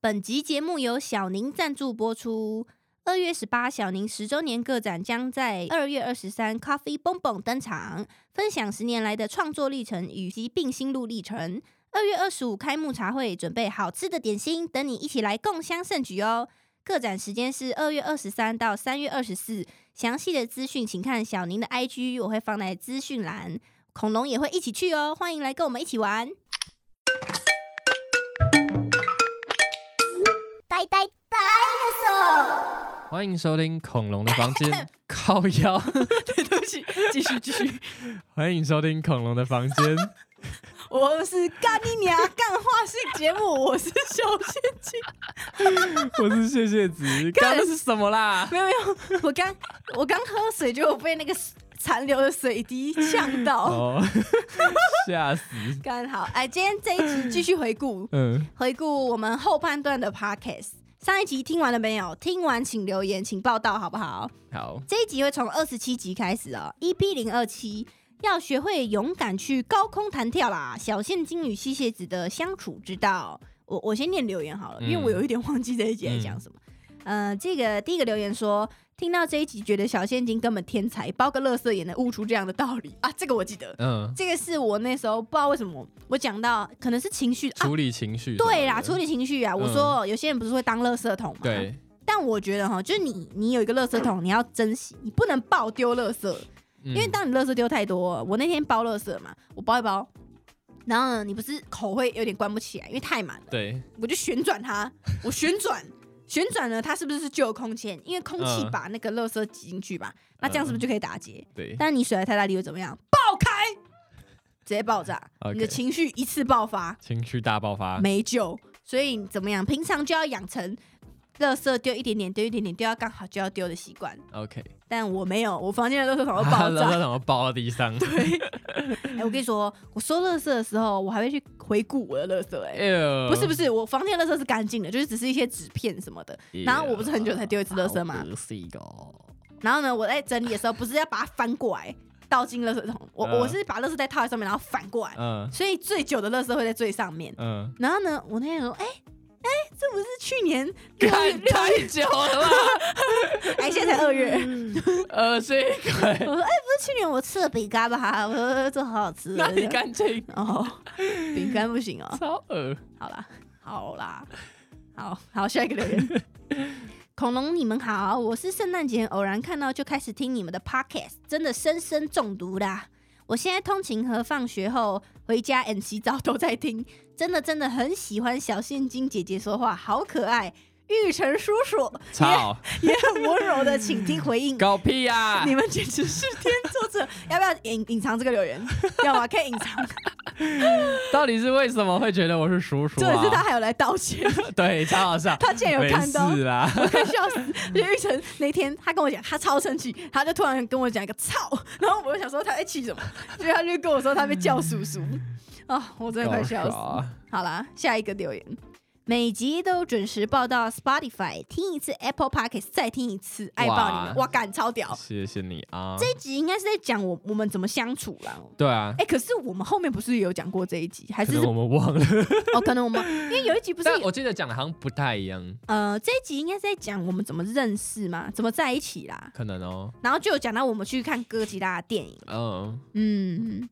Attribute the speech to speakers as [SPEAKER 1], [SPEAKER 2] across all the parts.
[SPEAKER 1] 本集节目由小宁赞助播出。二月十八，小宁十周年个展将在二月二十三 Coffee 蹦蹦登场，分享十年来的创作历程以及并心路历程。二月二十五开幕茶会，准备好吃的点心，等你一起来共襄盛举哦。个展时间是二月二十三到三月二十四，详细的资讯请看小宁的 IG，我会放在资讯栏。恐龙也会一起去哦，欢迎来跟我们一起玩。
[SPEAKER 2] 呆呆 dinosaur，
[SPEAKER 3] 欢迎收听《恐龙的房间》， 靠腰。
[SPEAKER 4] 对不起， 继续继续。
[SPEAKER 3] 欢迎收听《恐龙的 房间》，
[SPEAKER 4] 我是干你娘干话性节目，我是小仙青。
[SPEAKER 3] 我是谢谢子。刚刚是什么啦？
[SPEAKER 4] 没有没有，我刚我刚喝水就被那个残留的水滴呛到。
[SPEAKER 3] 哦， 吓死！
[SPEAKER 4] 刚好，哎，今天这一集继续回顾
[SPEAKER 3] 嗯，
[SPEAKER 4] 回顾我们后半段的 podcast。上一集听完了没有？听完请留言，请报道好不好？
[SPEAKER 3] 好，
[SPEAKER 4] 这一集会从二十七集开始哦，EP 零二七，要学会勇敢去高空弹跳啦。小现金与吸血子的相处之道，我我先念留言好了，
[SPEAKER 3] 嗯
[SPEAKER 4] 因为我有一点忘记这一集在讲什么。呃，这个第一个留言说，听到这一集觉得小现金根本天才，包个垃圾也能悟出这样的道理啊，这个我记得。
[SPEAKER 3] 嗯，
[SPEAKER 4] 这个是我那时候不知道为什么我讲到，可能是情绪啊，
[SPEAKER 3] 处理情绪什么的。嗯
[SPEAKER 4] 对啦，处理情绪啊。我说有些人不是会当垃圾桶吗？
[SPEAKER 3] 对，
[SPEAKER 4] 但我觉得哈，就是你你有一个垃圾桶，你要珍惜，你不能爆丢垃圾，
[SPEAKER 3] 因
[SPEAKER 4] 嗯因为当你垃圾丢太多，我那天包垃圾嘛，我包一包，然后呢，你不是口会有点关不起来，因为太满了，
[SPEAKER 3] 对，
[SPEAKER 4] 我就旋转它，我旋转。 旋转了，它是不是就有空间？因为空气
[SPEAKER 3] 嗯
[SPEAKER 4] 把那个垃圾挤进去吧，那这样是不是就可以打结？
[SPEAKER 3] 对，
[SPEAKER 4] 但是你水压太大力会怎么样？爆开，直接爆炸
[SPEAKER 3] OK
[SPEAKER 4] 你的情绪一次爆发。
[SPEAKER 3] 情绪大爆发。
[SPEAKER 4] 没救。所以你怎么样？平常就要养成垃圾丢一点点，丢一点点，丢到刚好就要丢的习惯。
[SPEAKER 3] OK，
[SPEAKER 4] 但我没有，我房间的垃圾桶都
[SPEAKER 3] 把
[SPEAKER 4] 爆
[SPEAKER 3] 垃圾
[SPEAKER 4] 炸。
[SPEAKER 3] 桶包到 地上。
[SPEAKER 4] 哎、我跟你说，我收垃圾的时候，我还会去回顾我的垃圾、哎、
[SPEAKER 3] 哎呦，
[SPEAKER 4] 不是不是，我房间的垃圾是干净的，就是只是一些纸片什么的。然后我不是很久才丢一次垃圾吗
[SPEAKER 3] 啊好恶心哦
[SPEAKER 4] 然后呢，我在整理的时候，不是要把它翻过来倒进垃圾桶，我、
[SPEAKER 3] 嗯
[SPEAKER 4] 我是把垃圾袋套在上面，然后反过来，
[SPEAKER 3] 嗯
[SPEAKER 4] 所以最久的垃圾会在最上面。
[SPEAKER 3] 嗯，
[SPEAKER 4] 然后呢，我那天说，哎、哎、这不是去年 六月
[SPEAKER 3] 看
[SPEAKER 4] 六月
[SPEAKER 3] 太久了吧，
[SPEAKER 4] 哎，现在才二月。
[SPEAKER 3] 恶 心 鬼！
[SPEAKER 4] 我说，哎、不是去年我吃了饼干吧？ 我说呃这好好吃。啊
[SPEAKER 3] 那你干脆
[SPEAKER 4] 哦，饼干不行 哦。
[SPEAKER 3] 超恶。
[SPEAKER 4] 好啦，好啦，好好，下一个留言。恐龙，你们好，我是圣诞节偶然看到就开始听你们的 podcast，真的深深中毒啦。我现在通勤和放学后回家 and 洗澡都在听，真的真的很喜欢小现金姐姐说话，好可爱。玉成叔叔
[SPEAKER 3] 操，
[SPEAKER 4] 也很温柔的，请听回应。
[SPEAKER 3] 搞屁啊 呀！
[SPEAKER 4] 你们简直是天作者！要不要隐隐藏这个留 言？要吗？可以隐藏。
[SPEAKER 3] 到底是为什么会觉得我是叔叔
[SPEAKER 4] 重点
[SPEAKER 3] 啊？
[SPEAKER 4] 是他还有来道歉，
[SPEAKER 3] 对，超好笑。
[SPEAKER 4] 他竟然有看到，
[SPEAKER 3] 没事啦，
[SPEAKER 4] 我快笑死！就玉成那天他跟我讲，他超生气，他就突然跟我讲一个“操”，然后我就想说他在气什么，所以他就跟我说他被叫叔 叔。啊、我真的快笑死！
[SPEAKER 3] 死。
[SPEAKER 4] 好啦，下一个留言。每集都准时报到 Spotify，听一次 Apple Podcast，再听一次，爱爆你们！
[SPEAKER 3] 哇
[SPEAKER 4] 哇，干超屌！
[SPEAKER 3] 谢谢你啊。
[SPEAKER 4] 这一集应该是在讲我我们怎么相处啦。
[SPEAKER 3] 对啊，
[SPEAKER 4] 哎、可是我们后面不是有讲过这一集，还
[SPEAKER 3] 可
[SPEAKER 4] 是
[SPEAKER 3] 能我们忘了，
[SPEAKER 4] 哦，可能我们因为有一集不是
[SPEAKER 3] 但我记得讲的好像不太一样，
[SPEAKER 4] 呃，这一集应该是在讲我们怎么认识嘛，怎么在一起啦，
[SPEAKER 3] 可能哦。
[SPEAKER 4] 然后就有讲到我们去看哥吉拉的电影，
[SPEAKER 3] 嗯，
[SPEAKER 4] 嗯，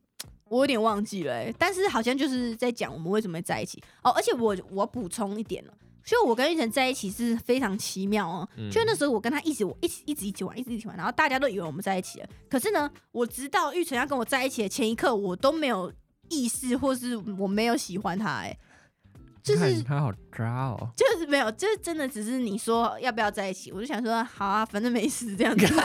[SPEAKER 4] 我有点忘记了、欸，但是好像就是在讲我们为什么会在一起哦，而且我我补充一点了。所以我跟玉成在一起是非常奇妙哦，
[SPEAKER 3] 嗯
[SPEAKER 4] 就那时候我跟他一直我一起一直一起玩，一直一起玩，然后大家都以为我们在一起了。可是呢，我直到玉成要跟我在一起的前一刻，我都没有意识，或是我没有喜欢他、哎，就是
[SPEAKER 3] 看他好渣哦。
[SPEAKER 4] 就是没有，就是真的只是你说要不要在一起，我就想说好啊，反正没事这样子， 没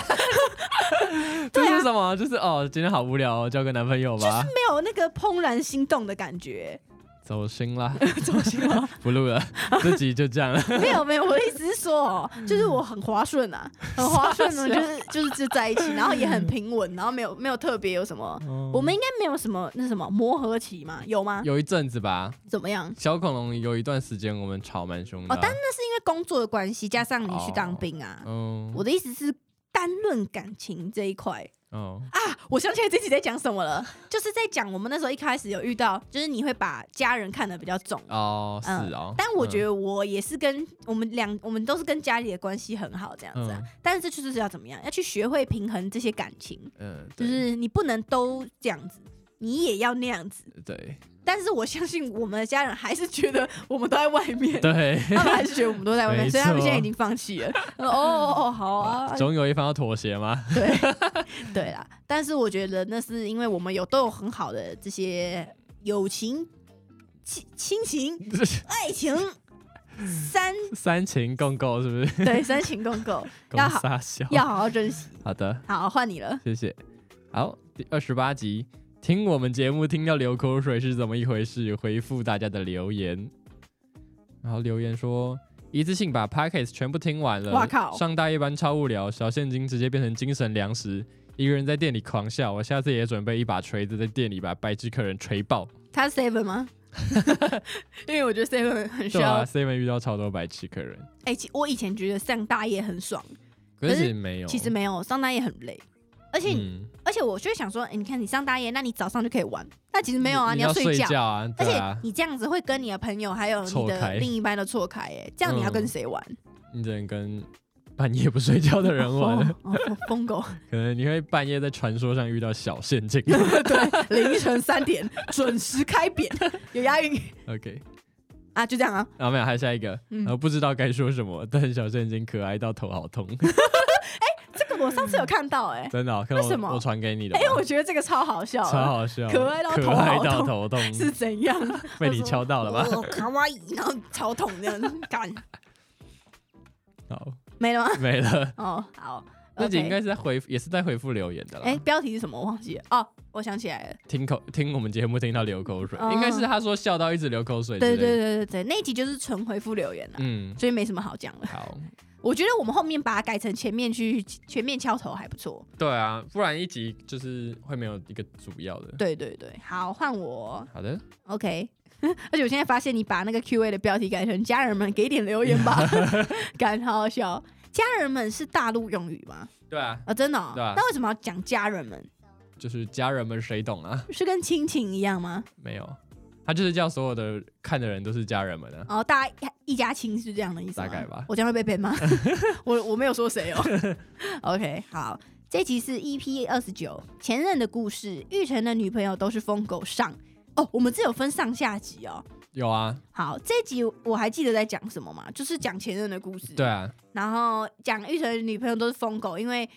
[SPEAKER 3] 这
[SPEAKER 4] 对啊
[SPEAKER 3] 是什么？就是哦，今天好无聊哦，交个男朋友吧，
[SPEAKER 4] 有那个怦然心动的感觉，
[SPEAKER 3] 走心啦，
[SPEAKER 4] 走心了。
[SPEAKER 3] 不录了，这集就这样了。
[SPEAKER 4] 没有没有，我的意思是说，哦，就是我很滑顺啊，很滑顺呢，就是就是就在一起，然后也很平稳，然后没有没有特别有什么，
[SPEAKER 3] 嗯
[SPEAKER 4] 我们应该没有什么那什么磨合期嘛，有吗？
[SPEAKER 3] 有一阵子吧，
[SPEAKER 4] 怎么样？
[SPEAKER 3] 小恐龙有一段时间我们吵蛮凶的啊。
[SPEAKER 4] 哦，但那是因为工作的关系，加上你去当
[SPEAKER 3] 哦
[SPEAKER 4] 兵啊，
[SPEAKER 3] 嗯，
[SPEAKER 4] 我的意思是，单论感情这一块。
[SPEAKER 3] 哦，
[SPEAKER 4] 啊，我想起来自己在讲什么了，就是在讲我们那时候一开始有遇到，就是你会把家人看得比较重。
[SPEAKER 3] 哦，是
[SPEAKER 4] 嗯
[SPEAKER 3] 哦。
[SPEAKER 4] 但我觉
[SPEAKER 3] 得
[SPEAKER 4] 得我也是跟我们两，我们都是跟家里的关系很好这样子、啊，
[SPEAKER 3] 嗯
[SPEAKER 4] 但是这就是要怎么样，要去学会平衡这些感情，
[SPEAKER 3] 嗯，
[SPEAKER 4] 就
[SPEAKER 3] 对
[SPEAKER 4] 是你不能都这样子，你也要那样子。
[SPEAKER 3] 对
[SPEAKER 4] 但是我相信我们的家人还是觉得我们都在外面，
[SPEAKER 3] 对，
[SPEAKER 4] 他们还是觉得我们都在外面，
[SPEAKER 3] 没
[SPEAKER 4] 所以他们
[SPEAKER 3] 错
[SPEAKER 4] 现在已经放弃了。哦哦哦，好啊，
[SPEAKER 3] 总有一方要妥协嘛。
[SPEAKER 4] 对啦，但是我觉得那是因为我们有都有很好的这些友情、亲亲 情、爱情 三
[SPEAKER 3] 三情共构是不是？
[SPEAKER 4] 对三情共构，
[SPEAKER 3] 共
[SPEAKER 4] 要好
[SPEAKER 3] 撒小。
[SPEAKER 4] 要好好珍惜。
[SPEAKER 3] 好的，
[SPEAKER 4] 好，换你了。
[SPEAKER 3] 谢谢。好，第二十八集，听我们节目听到流口水是怎么一回事？回复大家的留言。然后留言说，一次性把 p a c k e t s 全部听完了。
[SPEAKER 4] 哇靠
[SPEAKER 3] 上大夜班超无聊，小现金直接变成精神粮食。一个人在店里狂笑，我下次也准备一把锤子在店里把白痴客人锤爆。
[SPEAKER 4] 他是 seven 吗？ 因为我觉得 seven 很需
[SPEAKER 3] 对
[SPEAKER 4] 要。
[SPEAKER 3] 啊
[SPEAKER 4] 哎、
[SPEAKER 3] ，seven 遇到超多白痴客人，
[SPEAKER 4] 其我以前觉得上大夜很爽，
[SPEAKER 3] 可
[SPEAKER 4] 可是
[SPEAKER 3] 是其实没有，
[SPEAKER 4] 其实没有，上大夜很累。而且、你
[SPEAKER 3] 嗯
[SPEAKER 4] 而且我就会想说，哎、你看你上大夜，那你早上就可以玩，那其实没有啊，
[SPEAKER 3] 你
[SPEAKER 4] 要
[SPEAKER 3] 要
[SPEAKER 4] 睡觉。
[SPEAKER 3] 觉啊，
[SPEAKER 4] 而
[SPEAKER 3] 对
[SPEAKER 4] 且
[SPEAKER 3] 啊，
[SPEAKER 4] 你这样子会跟你的朋友还有你
[SPEAKER 3] 错
[SPEAKER 4] 的
[SPEAKER 3] 开
[SPEAKER 4] 另一半都错开、哎，这样你要跟
[SPEAKER 3] 嗯
[SPEAKER 4] 谁玩？
[SPEAKER 3] 你只能跟半夜不睡觉的人玩了。
[SPEAKER 4] 哦，哦疯狗，
[SPEAKER 3] 可能你会半夜在传说上遇到小 陷阱。
[SPEAKER 4] 凌晨三点准时开扁，有押韵
[SPEAKER 3] OK，
[SPEAKER 4] 啊，就这样啊，
[SPEAKER 3] 然后没有，还有下一个，
[SPEAKER 4] 嗯
[SPEAKER 3] 然后不知道该说什么，但小陷阱可爱到头 好痛，
[SPEAKER 4] 这个我上次有看到哎、
[SPEAKER 3] 真的、哦，看
[SPEAKER 4] 为什么
[SPEAKER 3] 我我传给你的吧，
[SPEAKER 4] 哎、我觉得这个超好笑的，
[SPEAKER 3] 超好笑，
[SPEAKER 4] 可爱到头好痛
[SPEAKER 3] 可爱到头痛，
[SPEAKER 4] 是怎样？
[SPEAKER 3] 被你敲到了吧？
[SPEAKER 4] 哦，卡哇伊，然后超痛这样子干，
[SPEAKER 3] 好，
[SPEAKER 4] 没了吗？
[SPEAKER 3] 没 了。
[SPEAKER 4] 哦，好，
[SPEAKER 3] 那集
[SPEAKER 4] 哦 OK
[SPEAKER 3] 应该是在回，也是在回复留言的啦。
[SPEAKER 4] 哎、标题是什么？我忘记了哦，我想起来了，
[SPEAKER 3] 听口听我们节目听到流口水，
[SPEAKER 4] 哦
[SPEAKER 3] 应该是他说笑到一直流口水。
[SPEAKER 4] 对对，对对对，那一集就是纯回复留言了、
[SPEAKER 3] 嗯，
[SPEAKER 4] 所以没什么好讲了。
[SPEAKER 3] 好，
[SPEAKER 4] 我觉得我们后面把它改成前面去前面敲头还不错。
[SPEAKER 3] 对啊，不然一集就是会没有一个主要的。
[SPEAKER 4] 对对对，好，换我。
[SPEAKER 3] 好的，
[SPEAKER 4] OK，而且 我现在发现你把那个 Q&A 的标题改成“家人们给点留言 吧”，感好好笑。家人们是大陆用语吗？
[SPEAKER 3] 对啊，
[SPEAKER 4] 啊、真的、哦？
[SPEAKER 3] 对啊
[SPEAKER 4] 那为什么要讲家人们？
[SPEAKER 3] 就是家人们谁懂啊？
[SPEAKER 4] 是跟亲情一样吗？
[SPEAKER 3] 没有，他就是叫所有的看的人都是家人们啊。
[SPEAKER 4] 哦，大家一家亲是这样的意思吗
[SPEAKER 3] 大概吧
[SPEAKER 4] 我将会被编 吗？我我没有说谁哦。OK，好，这集是 EP 二十九，前任的故事，玉成的女朋友都是疯狗上。哦，我们这有分上下集哦。
[SPEAKER 3] 有啊，
[SPEAKER 4] 好，这集我还记得在讲什么吗？就是讲前任的故事。
[SPEAKER 3] 对啊，
[SPEAKER 4] 然后讲玉成的女朋友都是疯狗，因为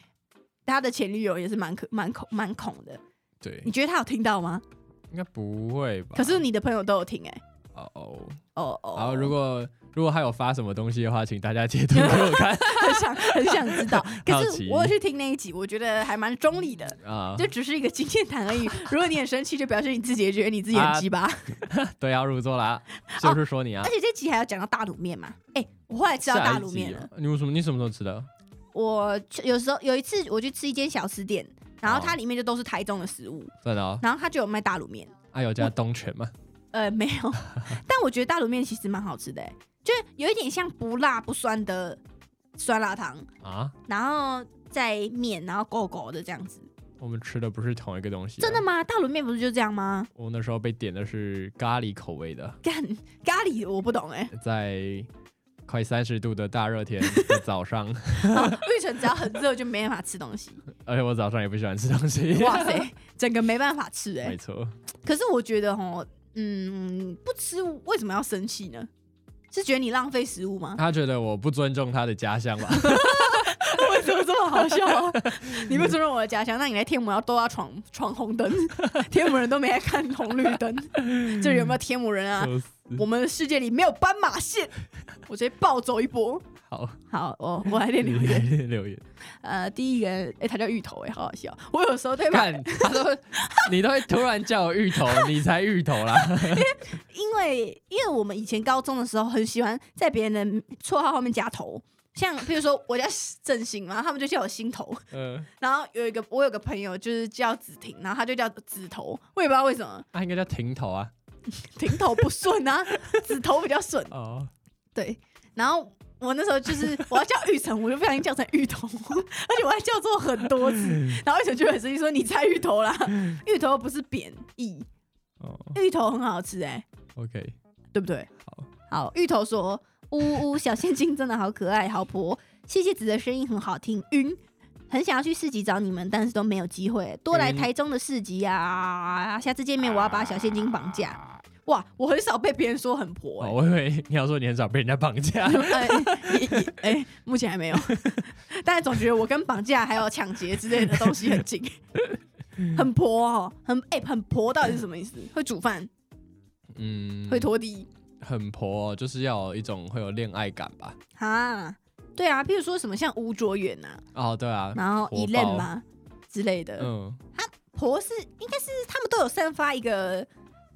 [SPEAKER 4] 他的前女友也是蛮可蛮恐蛮恐的。
[SPEAKER 3] 对
[SPEAKER 4] 你，觉得他有听到吗？
[SPEAKER 3] 应该不会吧？
[SPEAKER 4] 可是你的朋友都有听哎、
[SPEAKER 3] 哦哦，
[SPEAKER 4] 哦哦，
[SPEAKER 3] 然后如果如果他有发什么东西的话，请大家截图给我 看
[SPEAKER 4] 很想很想知 道，
[SPEAKER 3] 好
[SPEAKER 4] 可
[SPEAKER 3] 奇
[SPEAKER 4] 是我有去听那一集，我觉得还蛮中立的，
[SPEAKER 3] 啊。
[SPEAKER 4] 就只是一个经验 谈而已。如果你很生气，就表示你自己也觉得你自己很鸡巴。
[SPEAKER 3] 对啊，入座啦，
[SPEAKER 4] 哦
[SPEAKER 3] 就是 说你啊
[SPEAKER 4] 而，且这集还要讲到大卤面嘛？哎、我后来吃到
[SPEAKER 3] 下
[SPEAKER 4] 大
[SPEAKER 3] 一
[SPEAKER 4] 卤
[SPEAKER 3] 集
[SPEAKER 4] 面
[SPEAKER 3] 啊
[SPEAKER 4] 了。
[SPEAKER 3] 你为什么？你什么时候吃的？
[SPEAKER 4] 我去有时候有一次我去吃一间小吃店，然后
[SPEAKER 3] 哦
[SPEAKER 4] 它里面就都是台中的食物，
[SPEAKER 3] 真的哦，
[SPEAKER 4] 然后它就有卖大卤面。
[SPEAKER 3] 啊有加东泉嘛？
[SPEAKER 4] 呃，没有， 但我觉得大卤面其实蛮好吃的欸，就是有一点像不辣不酸的酸辣汤，
[SPEAKER 3] 啊，
[SPEAKER 4] 然后在面，然后狗狗的这样子。
[SPEAKER 3] 我们吃的不是啊同一个东西。
[SPEAKER 4] 真的？吗？大卤面不是就这样吗？
[SPEAKER 3] 我那时候被点的是咖喱口味的，
[SPEAKER 4] 干咖喱我不懂哎、
[SPEAKER 3] 在快三十度的大热天的早上，
[SPEAKER 4] 哦玉成只要很热就没办法吃东西，
[SPEAKER 3] 而且我早上也不喜欢吃东西。
[SPEAKER 4] 哇塞，整个没办法吃哎、
[SPEAKER 3] 没错，
[SPEAKER 4] 可是我觉得哦，嗯，不吃为什么要生气呢？是觉得你浪费食物吗？
[SPEAKER 3] 他觉得我不尊重他的家乡 吧？
[SPEAKER 4] 为什么这么好笑？啊你不尊重我的家乡，那你来天母要都要闯闯红灯， 天母人都没来看红绿灯，这里有没有天母人啊？
[SPEAKER 3] 笑死
[SPEAKER 4] 我们的世界里没有斑马线，我直接暴走一波。
[SPEAKER 3] 好，
[SPEAKER 4] 好，我我来念留
[SPEAKER 3] 嗯
[SPEAKER 4] 言。
[SPEAKER 3] 留言，
[SPEAKER 4] 呃，第一个人，哎、他叫芋头、哎，好好笑。我有时候对吧？
[SPEAKER 3] 看他都会，你都会突然叫我芋头，你才芋头啦。
[SPEAKER 4] 因为因为我们以前高中的时候很喜欢在别人的绰号后面加头，像譬如说我叫郑兴嘛，然后他们就叫我心头。
[SPEAKER 3] 嗯，
[SPEAKER 4] 然后有一个我有个朋友就是叫子婷，然后他就叫子头，我也不知道为什么。
[SPEAKER 3] 他应该叫停头啊。
[SPEAKER 4] 平头不顺啊，指头比较顺。
[SPEAKER 3] 哦，
[SPEAKER 4] 对，然后我那时候就是我要叫玉成，我就不小心叫成芋头， 而且我还叫错很多次，然后玉成就很生气说：“你猜芋头啦，啊芋头不是贬义，
[SPEAKER 3] 哦
[SPEAKER 4] 芋头很好吃哎、
[SPEAKER 3] ，OK，
[SPEAKER 4] 对不对？”
[SPEAKER 3] 好，
[SPEAKER 4] 好，芋头说：“呜呜，小现金真的好可爱，好婆，谢谢子的声音很好听，晕。”很想要去市集找你们，但是都没有机会。多来
[SPEAKER 3] 晕
[SPEAKER 4] 台中的市集啊！下次见面我要把小现金绑架。哇，我很少被别人说很婆、欸
[SPEAKER 3] 哦，，我以为你要说你很少被人家绑架
[SPEAKER 4] 哎哎、目前还没有， 但是总觉得我跟绑架还有抢劫之类的东西很近，
[SPEAKER 3] 嗯
[SPEAKER 4] 很婆哦，很哎、很婆到底是什么意思？会煮饭，
[SPEAKER 3] 嗯，
[SPEAKER 4] 会拖地
[SPEAKER 3] 很婆，哦就是要有一种会有恋爱感吧？
[SPEAKER 4] 啊？对啊，譬如说什么像吴卓远啊，
[SPEAKER 3] 哦，对啊，
[SPEAKER 4] 然后
[SPEAKER 3] 活
[SPEAKER 4] 一任
[SPEAKER 3] 爆
[SPEAKER 4] 嘛之类的，
[SPEAKER 3] 嗯，
[SPEAKER 4] 婆是应该是他们都有散发一个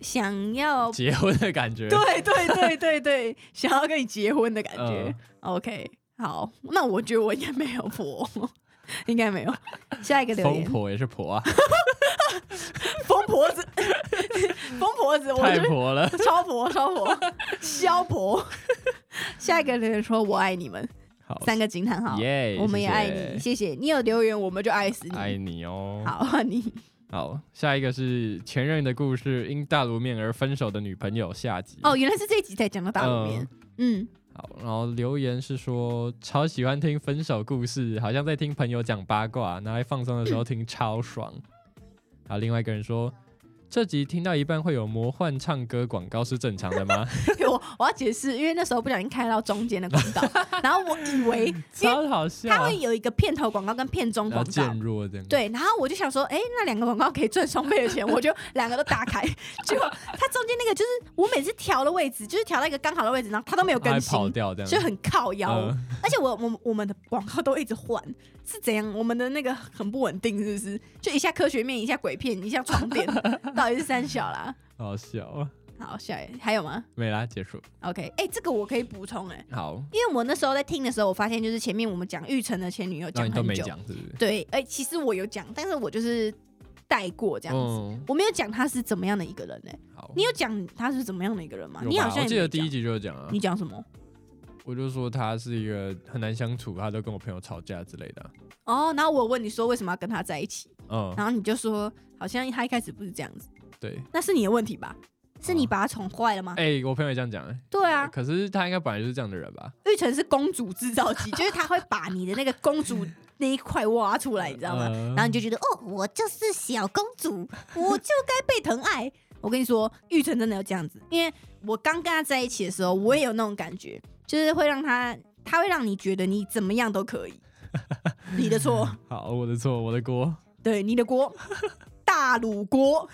[SPEAKER 4] 想要。
[SPEAKER 3] 结婚的感 觉，
[SPEAKER 4] 对对对对对，想要跟你结婚的感觉。
[SPEAKER 3] 嗯
[SPEAKER 4] OK，好，那我觉得我应该没有婆， 应该没有。下一个留
[SPEAKER 3] 疯
[SPEAKER 4] 言，
[SPEAKER 3] 婆也是婆 啊，
[SPEAKER 4] 疯婆 子，疯婆子，我
[SPEAKER 3] 太
[SPEAKER 4] 就是
[SPEAKER 3] 婆 了。
[SPEAKER 4] 超婆，超婆， 萧婆。下一个留言说“我爱你们
[SPEAKER 3] 好”，，
[SPEAKER 4] 三个惊叹号，
[SPEAKER 3] 耶，
[SPEAKER 4] 我们也
[SPEAKER 3] 谢谢
[SPEAKER 4] 爱你，谢谢你有留言，我们就爱死
[SPEAKER 3] 爱
[SPEAKER 4] 你。
[SPEAKER 3] 你哦。
[SPEAKER 4] 好，换你
[SPEAKER 3] 好，下一个是前任的故事，因大卤面而分手的女朋友下集。
[SPEAKER 4] 哦，原来是这一集才讲到大卤面，嗯，
[SPEAKER 3] 好，然后留言是说超喜欢听分手故事，好像在听朋友讲八卦，拿来放松的时候听超 爽。好，另外一个人说这集听到一半会有魔幻唱歌广告是正常的吗？
[SPEAKER 4] 我我要解释，因为那时候不小心开到中间的广 告，然后我以为
[SPEAKER 3] 超好笑，
[SPEAKER 4] 它会有一个片头广告跟片中
[SPEAKER 3] 然
[SPEAKER 4] 广
[SPEAKER 3] 后
[SPEAKER 4] 告
[SPEAKER 3] 渐，弱这样。，
[SPEAKER 4] 对，然后我就想说，哎、那两个广告可以赚双倍的钱，我 就两个都打开。结果它中间那个就是我每次调的位置，就是调到一个刚好的位置，然后它都没有
[SPEAKER 3] 还
[SPEAKER 4] 更
[SPEAKER 3] 跑
[SPEAKER 4] 新，
[SPEAKER 3] 掉这样，
[SPEAKER 4] 就很靠腰。
[SPEAKER 3] 嗯
[SPEAKER 4] 而且我我我们的广告都一直换，是怎样？我们的那个很不稳定，是不是？就一下科学面，一下鬼片，一下床垫，到底是三小啦？
[SPEAKER 3] 好笑啊。
[SPEAKER 4] 好，下一还有吗
[SPEAKER 3] 没啦，结束。
[SPEAKER 4] ？OK，哎、这个我可以补充哎、
[SPEAKER 3] 好，
[SPEAKER 4] 因为我那时候在听的时候，我发现就是前面我们讲玉成的前女友
[SPEAKER 3] 那
[SPEAKER 4] 讲
[SPEAKER 3] 哦你都
[SPEAKER 4] 很
[SPEAKER 3] 没
[SPEAKER 4] 久，
[SPEAKER 3] 讲是不是？
[SPEAKER 4] 对，哎、其实我有讲，但是我就是带过这样子。
[SPEAKER 3] 嗯，
[SPEAKER 4] 我没有讲他是怎么样的一个人呢、欸
[SPEAKER 3] 好。
[SPEAKER 4] 你有讲他是怎么样的一个人吗？
[SPEAKER 3] 有
[SPEAKER 4] 你
[SPEAKER 3] 吧
[SPEAKER 4] 好像
[SPEAKER 3] 我
[SPEAKER 4] 也
[SPEAKER 3] 记
[SPEAKER 4] 没
[SPEAKER 3] 得第一
[SPEAKER 4] 讲
[SPEAKER 3] 集就有讲啊
[SPEAKER 4] 你，讲什么？
[SPEAKER 3] 我就说他是一个很难相处，他都跟我朋友吵架之类的啊。
[SPEAKER 4] 哦，然后我问你说为什么要跟他在一起，
[SPEAKER 3] 嗯，
[SPEAKER 4] 然后你就说好像他一开始不是这样子，
[SPEAKER 3] 对。
[SPEAKER 4] 那是你的问题吧？是你把他宠坏了吗？
[SPEAKER 3] 哎、我朋友也这样讲、欸，
[SPEAKER 4] 对啊，
[SPEAKER 3] 可是他应该本来就是这样的人吧？
[SPEAKER 4] 玉成是公主制造机， 就是他会把你的那个公主那一块挖出来，你知道吗？
[SPEAKER 3] 呃
[SPEAKER 4] 然后你就觉得哦，我就是小公主，我就该被疼爱。我跟你说，玉成真的有这样子，因为我刚跟他在一起的时候，我也有那种感觉，就是会让他，他会让你觉得你怎么样都 可以，你的错，
[SPEAKER 3] 好，我的错，我的锅，
[SPEAKER 4] 对，你的锅，大卤锅，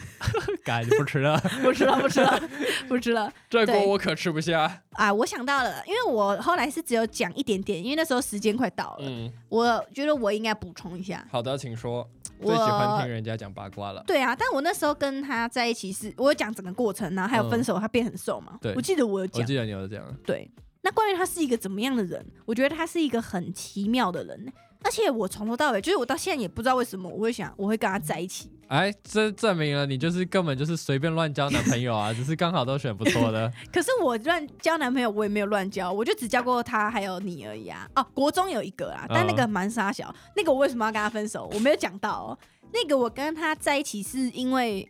[SPEAKER 3] 改不 吃了，
[SPEAKER 4] 不吃了，不吃了，不吃了。
[SPEAKER 3] 这
[SPEAKER 4] 对
[SPEAKER 3] 锅我可吃不下。
[SPEAKER 4] 啊，我想到了，因为我后来是只有讲一点点，因为那时候时间快到了，
[SPEAKER 3] 嗯，
[SPEAKER 4] 我觉得我应该补充一下。
[SPEAKER 3] 好的，请说。
[SPEAKER 4] 我
[SPEAKER 3] 最喜欢听人家讲八卦了。
[SPEAKER 4] 对啊，但我那时候跟他在一起是，我有讲整个过程，然后还有分手，他变很瘦嘛。
[SPEAKER 3] 嗯对
[SPEAKER 4] 我记得我有
[SPEAKER 3] 我
[SPEAKER 4] 讲。
[SPEAKER 3] 记得你有讲，
[SPEAKER 4] 对，那关于他是一个怎么样的人，我觉得他是一个很奇妙的人，而且我从头到尾，就是我到现在也不知道为什么我会想我会跟他在一起。
[SPEAKER 3] 哎，这证明了你就是根本就是随便乱交男朋友 啊，只是刚好都选不错的。
[SPEAKER 4] 可是我乱交男朋友，我也没有乱交，我就只交过他还有你而已啊。哦，国中有一个啦，但那个蛮傻小，那个我为什么要跟他分手？我没有讲到哦。那个我跟他在一起是因为，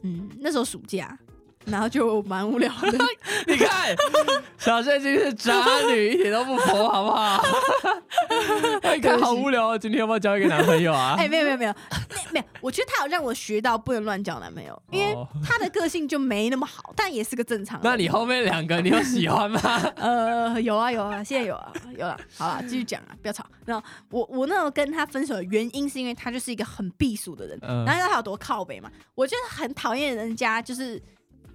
[SPEAKER 4] 嗯，那时候暑假，然后就蛮无聊的。
[SPEAKER 3] 你看，小现金是渣女，一点都不婆，好不好？ 哎你看，好无聊啊！今天要不要交一个男朋友啊？
[SPEAKER 4] 哎、没有没有没有，那没有，我觉得他有让我学到不能乱交男朋友，因为
[SPEAKER 3] 哦
[SPEAKER 4] 他的个性就没那么好，但也是个正常人。
[SPEAKER 3] 那你后面两个你有喜欢吗？
[SPEAKER 4] 呃，有啊有啊，现在有啊有了，好了，继续讲啊，不要吵。然后我我那时候跟他分手的原因是因为他就是一个很避暑的人，
[SPEAKER 3] 嗯
[SPEAKER 4] 然后你知道他有多靠北嘛？我就是很讨厌人家就是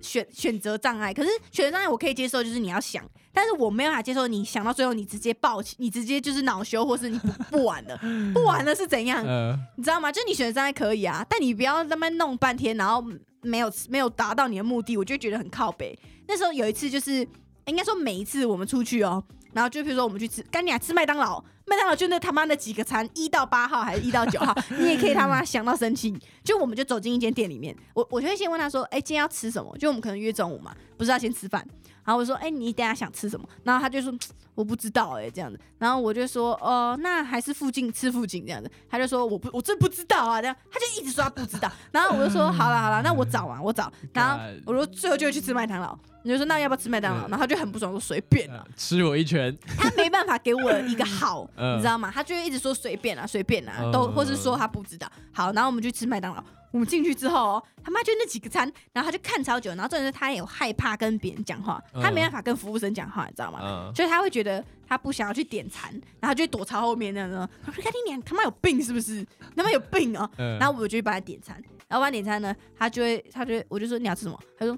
[SPEAKER 4] 选选择障碍，可是选择障碍我可以接受，就是你要想，但是我没有办法接受你想到最后你直接抱起，你直接就是恼羞，或是你不不玩了，不玩了是怎样？
[SPEAKER 3] 呃，
[SPEAKER 4] 你知道吗？就是你选择障碍可以啊，但你不要那么弄半天，然后没有没有达到你的目的，我就觉得很靠北。那时候有一次就是，应该说每一次我们出去哦，然后就比如说我们去吃，干你啊吃麦当劳，麦当劳就那他妈那几个餐，一到八号还是一到九号， 你也可以他妈想到生气。就我们就走进一间店里面，我我就会先问他说，哎、今天要吃什么？就我们可能约中午嘛，不是要先吃饭。然后我说，哎、你等一下想吃什么？然后他就说嘖我不知道、哎，这样子。然后我就说，哦、那还是附近吃附近这样子。他就说我不我真不知道啊，这样他就一直说他不知道。然后我就说好了好了，那我找啊我找。然后
[SPEAKER 3] 干
[SPEAKER 4] 我说最后就会去吃麦当劳。你就说那要不要吃麦当劳？
[SPEAKER 3] 嗯
[SPEAKER 4] 然后他就很不爽说随便啊，
[SPEAKER 3] 啊吃我一拳，
[SPEAKER 4] 他没办法给我一个好，
[SPEAKER 3] 嗯
[SPEAKER 4] 你知道吗？他就会一直说随便啊，随便啊，
[SPEAKER 3] 嗯
[SPEAKER 4] 都或是说他不知道。好，然后我们去吃麦当劳，我们进去之后、哦，他妈就那几个餐，然后他就看超久，然后重点是他也有害怕跟别人讲话，
[SPEAKER 3] 嗯
[SPEAKER 4] 他没办法跟服务生讲话，你知道吗？
[SPEAKER 3] 嗯，
[SPEAKER 4] 所以他会觉得他不想要去点餐，然后他就会躲朝后面那种。我说：“看你娘，他妈有病是不是？他妈有病哦！”
[SPEAKER 3] 嗯
[SPEAKER 4] 然后我就去帮他点餐，然后帮他点餐呢，他就会，他就会，我就说你要吃什么，他说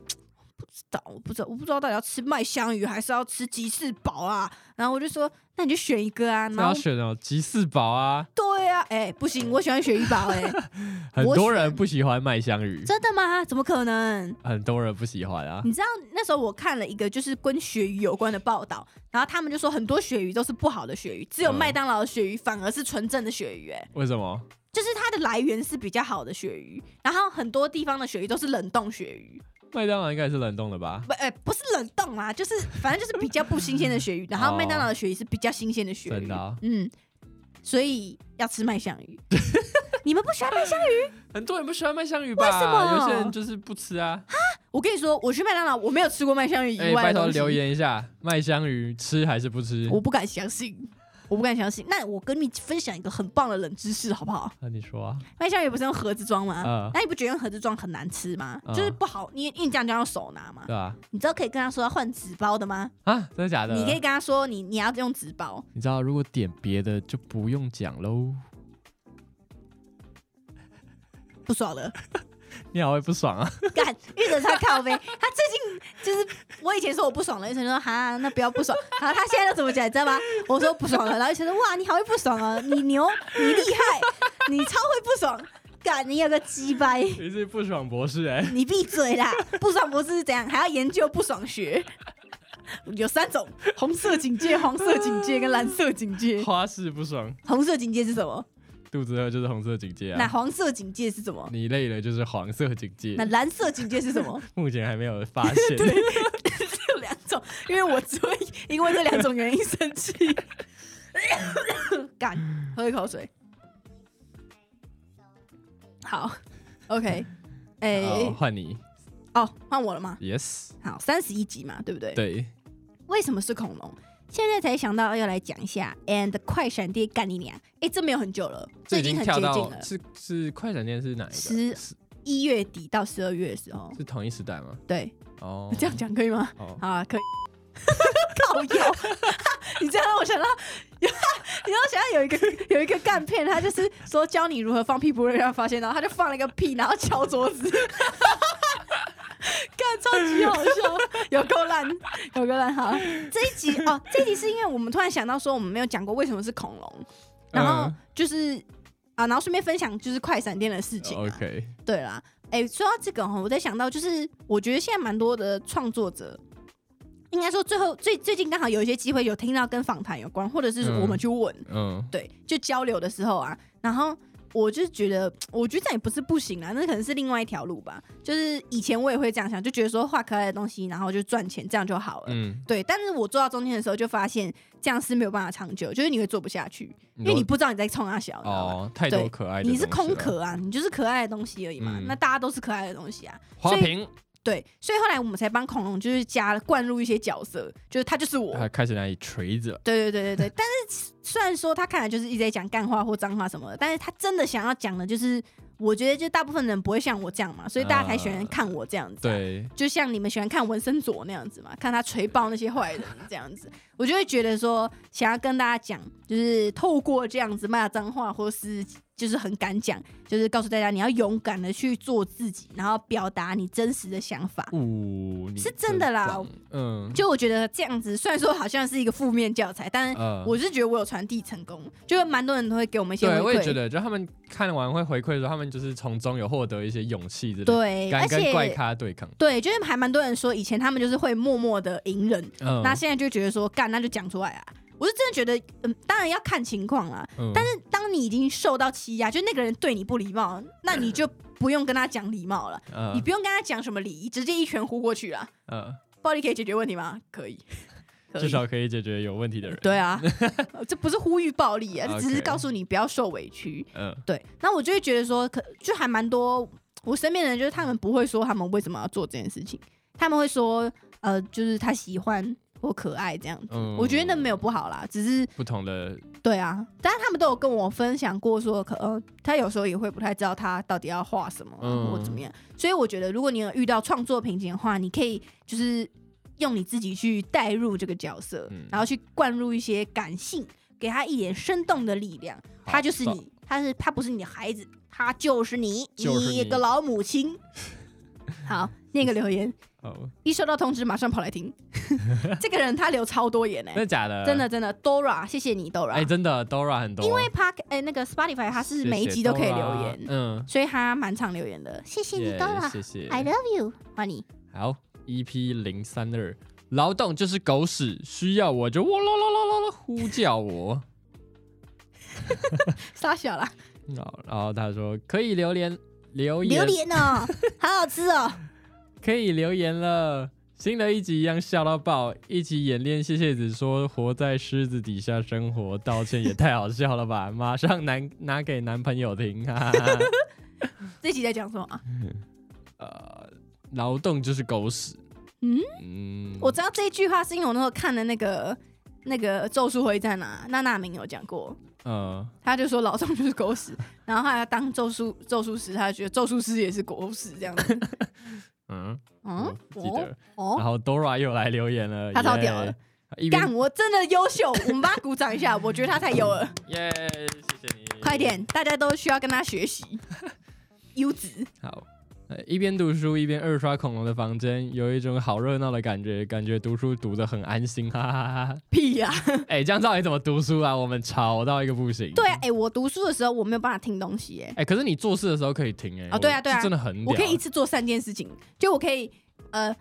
[SPEAKER 4] 不知道，我不知道，我不知道到底要吃麦香鱼还是要吃吉士堡啊。然后我就说那你就选一个啊，
[SPEAKER 3] 这
[SPEAKER 4] 然
[SPEAKER 3] 要
[SPEAKER 4] 后
[SPEAKER 3] 选哦，吉士堡啊，
[SPEAKER 4] 对啊，哎、不行，我喜欢鳕鱼堡、 哎，
[SPEAKER 3] 很
[SPEAKER 4] 我
[SPEAKER 3] 多
[SPEAKER 4] 选
[SPEAKER 3] 人不喜欢麦香鱼，
[SPEAKER 4] 真的吗？怎么可能？
[SPEAKER 3] 很多人不喜欢啊，
[SPEAKER 4] 你知道那时候我看了一个就是跟鳕鱼有关的报道，然后他们就说很多鳕鱼都是不好的鳕鱼，只有
[SPEAKER 3] 嗯
[SPEAKER 4] 麦当劳的鳕鱼反而是纯正的鳕鱼、哎。
[SPEAKER 3] 为什么？
[SPEAKER 4] 就是它的来源是比较好的鳕鱼，然后很多地方的鳕鱼都是冷冻鳕鱼，
[SPEAKER 3] 麦当劳应该也是冷冻的吧？
[SPEAKER 4] 不，哎、不是冷冻啦，就是反正就是比较不新 鲜的鳕鱼，然后
[SPEAKER 3] 哦
[SPEAKER 4] 麦当劳的鳕鱼是比较新鲜的鳕鱼，
[SPEAKER 3] 真的啊
[SPEAKER 4] 嗯，所以要吃麦香鱼。 你们不喜欢麦香鱼？
[SPEAKER 3] 很多人不喜欢麦香鱼吧？
[SPEAKER 4] 为什么
[SPEAKER 3] 有些人就是不吃 啊。
[SPEAKER 4] 我跟你说，我去麦当劳，我没有吃过麦香鱼
[SPEAKER 3] 哎、
[SPEAKER 4] 以外
[SPEAKER 3] 拜
[SPEAKER 4] 的
[SPEAKER 3] 托
[SPEAKER 4] 东西。
[SPEAKER 3] 留言一下，麦香鱼吃还是不吃？
[SPEAKER 4] 我不敢相信，我不敢相信。那我跟你分享一个很棒的冷知识，好不好？
[SPEAKER 3] 那、你说啊？
[SPEAKER 4] 麦香鱼不是用盒子装吗？
[SPEAKER 3] 嗯
[SPEAKER 4] 那你不觉得用盒子装很难吃吗？
[SPEAKER 3] 嗯
[SPEAKER 4] 就是不好，因为因为这样就要手拿嘛
[SPEAKER 3] 对。吧、
[SPEAKER 4] 你知道可以跟他说要换纸包的吗？
[SPEAKER 3] 啊？真的假的？
[SPEAKER 4] 你可以跟他说你你要用纸包，
[SPEAKER 3] 你知道，如果点别的就不用讲喽。
[SPEAKER 4] 不爽了。
[SPEAKER 3] 你好会不爽啊？
[SPEAKER 4] 干，玉德他靠背，他最近就是我以前说我不爽了，玉成说哈，那不要不爽， 然后他现在都怎么讲，你知道吗？我说不爽了，然后玉成说哇，你好会不爽啊，你牛，你厉害，你超会不爽，干，你有个鸡掰，
[SPEAKER 3] 你是不爽博士 哎、
[SPEAKER 4] 你闭嘴啦！不爽博士是怎样，还要研究不爽学？ 有三种：红色警戒、黄色警戒跟蓝色警戒。
[SPEAKER 3] 花式不爽，
[SPEAKER 4] 红色警戒是什么？
[SPEAKER 3] 肚子饿就是红色警戒
[SPEAKER 4] 那
[SPEAKER 3] 啊。
[SPEAKER 4] 黄色警戒是什么？
[SPEAKER 3] 你累了就是黄色警戒
[SPEAKER 4] 那，蓝色警戒是什么？
[SPEAKER 3] 目前还没有发 现。
[SPEAKER 4] 这 两种，因为我只会因为这两种原因生气。干，喝一口水。好，OK，哎、
[SPEAKER 3] 好，换你
[SPEAKER 4] 哦，换我了吗？
[SPEAKER 3] ，yes，
[SPEAKER 4] 好，三十一集嘛，对不对？。
[SPEAKER 3] 对，
[SPEAKER 4] 为什么是恐龙？现在才想到要来讲一下，and 快闪电干你娘！哎、这没有很久了，这已经很接
[SPEAKER 3] 跳
[SPEAKER 4] 近
[SPEAKER 3] 到
[SPEAKER 4] 了，
[SPEAKER 3] 是是快闪店是哪一个？
[SPEAKER 4] 十
[SPEAKER 3] 是
[SPEAKER 4] 一月底到十二月的时候，
[SPEAKER 3] 是同一时代吗？
[SPEAKER 4] 对，
[SPEAKER 3] 哦，
[SPEAKER 4] 这样讲可以吗？
[SPEAKER 3] 哦，
[SPEAKER 4] 好啊，可以。 靠腰， 你这样让我想到，你让我想到有一个有一个干片，他就是说教你如何放屁不会让人发现，然后他就放了一个屁，然后敲桌子， 干超级好笑，有够烂，有够烂哈。这一集哦，这一集是因为我们突然想到说我们没有讲过为什么是恐龙，然后
[SPEAKER 3] 嗯
[SPEAKER 4] 就是、啊，然后顺便分享就是快闪店的事情啊、
[SPEAKER 3] 哦 OK，
[SPEAKER 4] 对啦，哎、说到这个哈，我在想到就是，我觉得现在蛮多的创作者，应该说最后最最近刚好有一些机会有听到跟访谈有关，或者是
[SPEAKER 3] 嗯
[SPEAKER 4] 我们去问，
[SPEAKER 3] 嗯，
[SPEAKER 4] 对，就交流的时候啊，然后。我就觉得，我觉得这样也不是不行啊，那可能是另外一条路吧。就是以前我也会这样想，就觉得说画可爱的东西，然后就赚钱，这样就好了。
[SPEAKER 3] 嗯，
[SPEAKER 4] 对，但是我做到中间的时候，就发现这样是没有办法长久，就是你会做不下去，因为
[SPEAKER 3] 都
[SPEAKER 4] 你不知道你在冲啊小，你知道吗？
[SPEAKER 3] 哦，太多
[SPEAKER 4] 对
[SPEAKER 3] 可爱的东
[SPEAKER 4] 你
[SPEAKER 3] 西
[SPEAKER 4] 是
[SPEAKER 3] 了，
[SPEAKER 4] 空壳啊，你就是可爱的东西而已嘛。
[SPEAKER 3] 嗯
[SPEAKER 4] 那大家都是可爱的东西啊，
[SPEAKER 3] 花
[SPEAKER 4] 所以
[SPEAKER 3] 瓶，
[SPEAKER 4] 对，所以后来我们才帮恐龙就是加了灌入一些角色，就是他就是我，
[SPEAKER 3] 他开始拿起锤子了，
[SPEAKER 4] 对对对对对。但是虽然说他看来就是一直在讲干话或脏话什么的，但是他真的想要讲的就是，我觉得就大部分人不会像我这样嘛，所以大家才喜欢
[SPEAKER 3] 啊
[SPEAKER 4] 看我这样子、，
[SPEAKER 3] 对，
[SPEAKER 4] 就像你们喜欢看文森佐那样子嘛，看他锤爆那些坏人这样子，我就会觉得说，想要跟大家讲，就是透过这样子骂脏话，或是就是很敢讲，就是告诉大家你要勇敢的去做自己，然后表达你真实的想法。
[SPEAKER 3] 呜，你
[SPEAKER 4] 是真的啦
[SPEAKER 3] 棒，嗯，
[SPEAKER 4] 就我觉得这样子，虽然说好像是一个负面教材，但
[SPEAKER 3] 呃
[SPEAKER 4] 我是觉得我有传递成功，就是蛮多人都会给我们一些
[SPEAKER 3] 对，我
[SPEAKER 4] 回
[SPEAKER 3] 也觉
[SPEAKER 4] 馈。
[SPEAKER 3] 得，就他们看完会回馈说，他们就是从中有获得一些勇气之类的，
[SPEAKER 4] 对，而
[SPEAKER 3] 敢跟怪
[SPEAKER 4] 且
[SPEAKER 3] 咖对抗，
[SPEAKER 4] 对，就是还蛮多人说，以前他们就是会默默的隐忍，
[SPEAKER 3] 嗯，
[SPEAKER 4] 那现在就觉得说干，那就讲出来啊。我是真的觉得，嗯，当然要看情况啦。
[SPEAKER 3] 但
[SPEAKER 4] 但是当你已经受到欺压，就那个人对你不礼貌，那你就不用跟他讲礼貌了，你
[SPEAKER 3] 是
[SPEAKER 4] 不用跟他讲什么礼仪，直接一拳呼过去啦。
[SPEAKER 3] 呃，
[SPEAKER 4] 暴力可以解决问题吗？可以，可以
[SPEAKER 3] 至少可以解决有问题的人。
[SPEAKER 4] 对 啊，这不是呼吁暴力啊，这只是
[SPEAKER 3] OK
[SPEAKER 4] 告诉你不要受委屈。
[SPEAKER 3] 嗯，
[SPEAKER 4] 对，那我就会觉得说，可就还蛮多，我身边的人就是他们不会说他们为什么要做这件事情，他们会说，呃，就是他喜欢或可爱这样子。
[SPEAKER 3] 嗯
[SPEAKER 4] 我觉得那没有不好啦，只是
[SPEAKER 3] 不同的
[SPEAKER 4] 对啊，但是他们都有跟我分享过说，可呃，他有时候也会不太知道他到底要画什么、啊
[SPEAKER 3] 嗯
[SPEAKER 4] 或怎么样，所以我觉得如果你有遇到创作瓶颈的话，你可以就是用你自己去带入这个角色，
[SPEAKER 3] 嗯
[SPEAKER 4] 然后去灌入一些感性，给他一点生动的力量。
[SPEAKER 3] 好
[SPEAKER 4] 他就是
[SPEAKER 3] 棒
[SPEAKER 4] 你，他是他不是你的孩子，他就是你，
[SPEAKER 3] 就是你
[SPEAKER 4] 一个老母 亲。好，那个留言
[SPEAKER 3] 哦，
[SPEAKER 4] 一收到通知马上跑来听， 这个人他留超多言欸呢、
[SPEAKER 3] 真的假的？
[SPEAKER 4] 真的，真的，Dora，谢谢你，Dora。
[SPEAKER 3] 呃哎，真的 Dora 很多，因为
[SPEAKER 4] Park 哎、那个 Spotify 它是每一集都可以留言，
[SPEAKER 3] 嗯，
[SPEAKER 4] 所以它蛮常留言的。
[SPEAKER 2] 谢谢你
[SPEAKER 3] 耶
[SPEAKER 2] 到了
[SPEAKER 3] 谢谢。
[SPEAKER 2] ，I love you。
[SPEAKER 4] 换你，
[SPEAKER 3] 好，EP 零三二，劳动就是狗屎，需要我就哇啦啦啦啦啦呼叫我。
[SPEAKER 4] 傻小啦，
[SPEAKER 3] 然后然后他说可以留言留言
[SPEAKER 4] 榴莲 哦，好好吃哦。
[SPEAKER 3] 可以留言了。新的一集一样笑到爆，一起演练谢谢子说活在狮子底下生活，道歉也太好笑了吧！马上拿拿给男朋友听，哈哈哈。
[SPEAKER 4] 这集在讲什么
[SPEAKER 3] 嗯
[SPEAKER 4] 啊？
[SPEAKER 3] 呃，劳动就是狗屎。
[SPEAKER 4] 嗯
[SPEAKER 3] 嗯
[SPEAKER 4] 我知道这一句话是因为我那时候看的那个那个《咒术回战》啊，娜娜明有讲过，
[SPEAKER 3] 呃
[SPEAKER 4] 他就说老宋就是狗 屎，然后后来当咒术咒术师，他就觉得咒术师也是狗屎 这样子。
[SPEAKER 3] 嗯，
[SPEAKER 4] 嗯，
[SPEAKER 3] 我记得。然
[SPEAKER 4] 哦，
[SPEAKER 3] 后 Dora 又来留言了，
[SPEAKER 4] 他超屌
[SPEAKER 3] 耶
[SPEAKER 4] 的！
[SPEAKER 3] 一边
[SPEAKER 4] 干，我真的优秀，我们帮他鼓掌一下，我觉得他太优 了。
[SPEAKER 3] 耶谢谢你，
[SPEAKER 4] 快点，大家都需要跟他学 习，优质。
[SPEAKER 3] 好，呃一边读书一边二刷恐龙的房间，有一种好热闹的感觉，感觉读书读得很安心，哈哈哈哈。
[SPEAKER 4] 屁呀、
[SPEAKER 3] 哎、这样到底怎么读书啊？我们吵到一个不行。
[SPEAKER 4] 对啊，哎、我读书的时候我没有办法听东西、哎，
[SPEAKER 3] 哎、可是你做事的时候可以停哎、
[SPEAKER 4] 哦对啊
[SPEAKER 3] 我
[SPEAKER 4] 对啊
[SPEAKER 3] 这真的很屌。
[SPEAKER 4] 我可以一次做三件事情，就我可以，呃，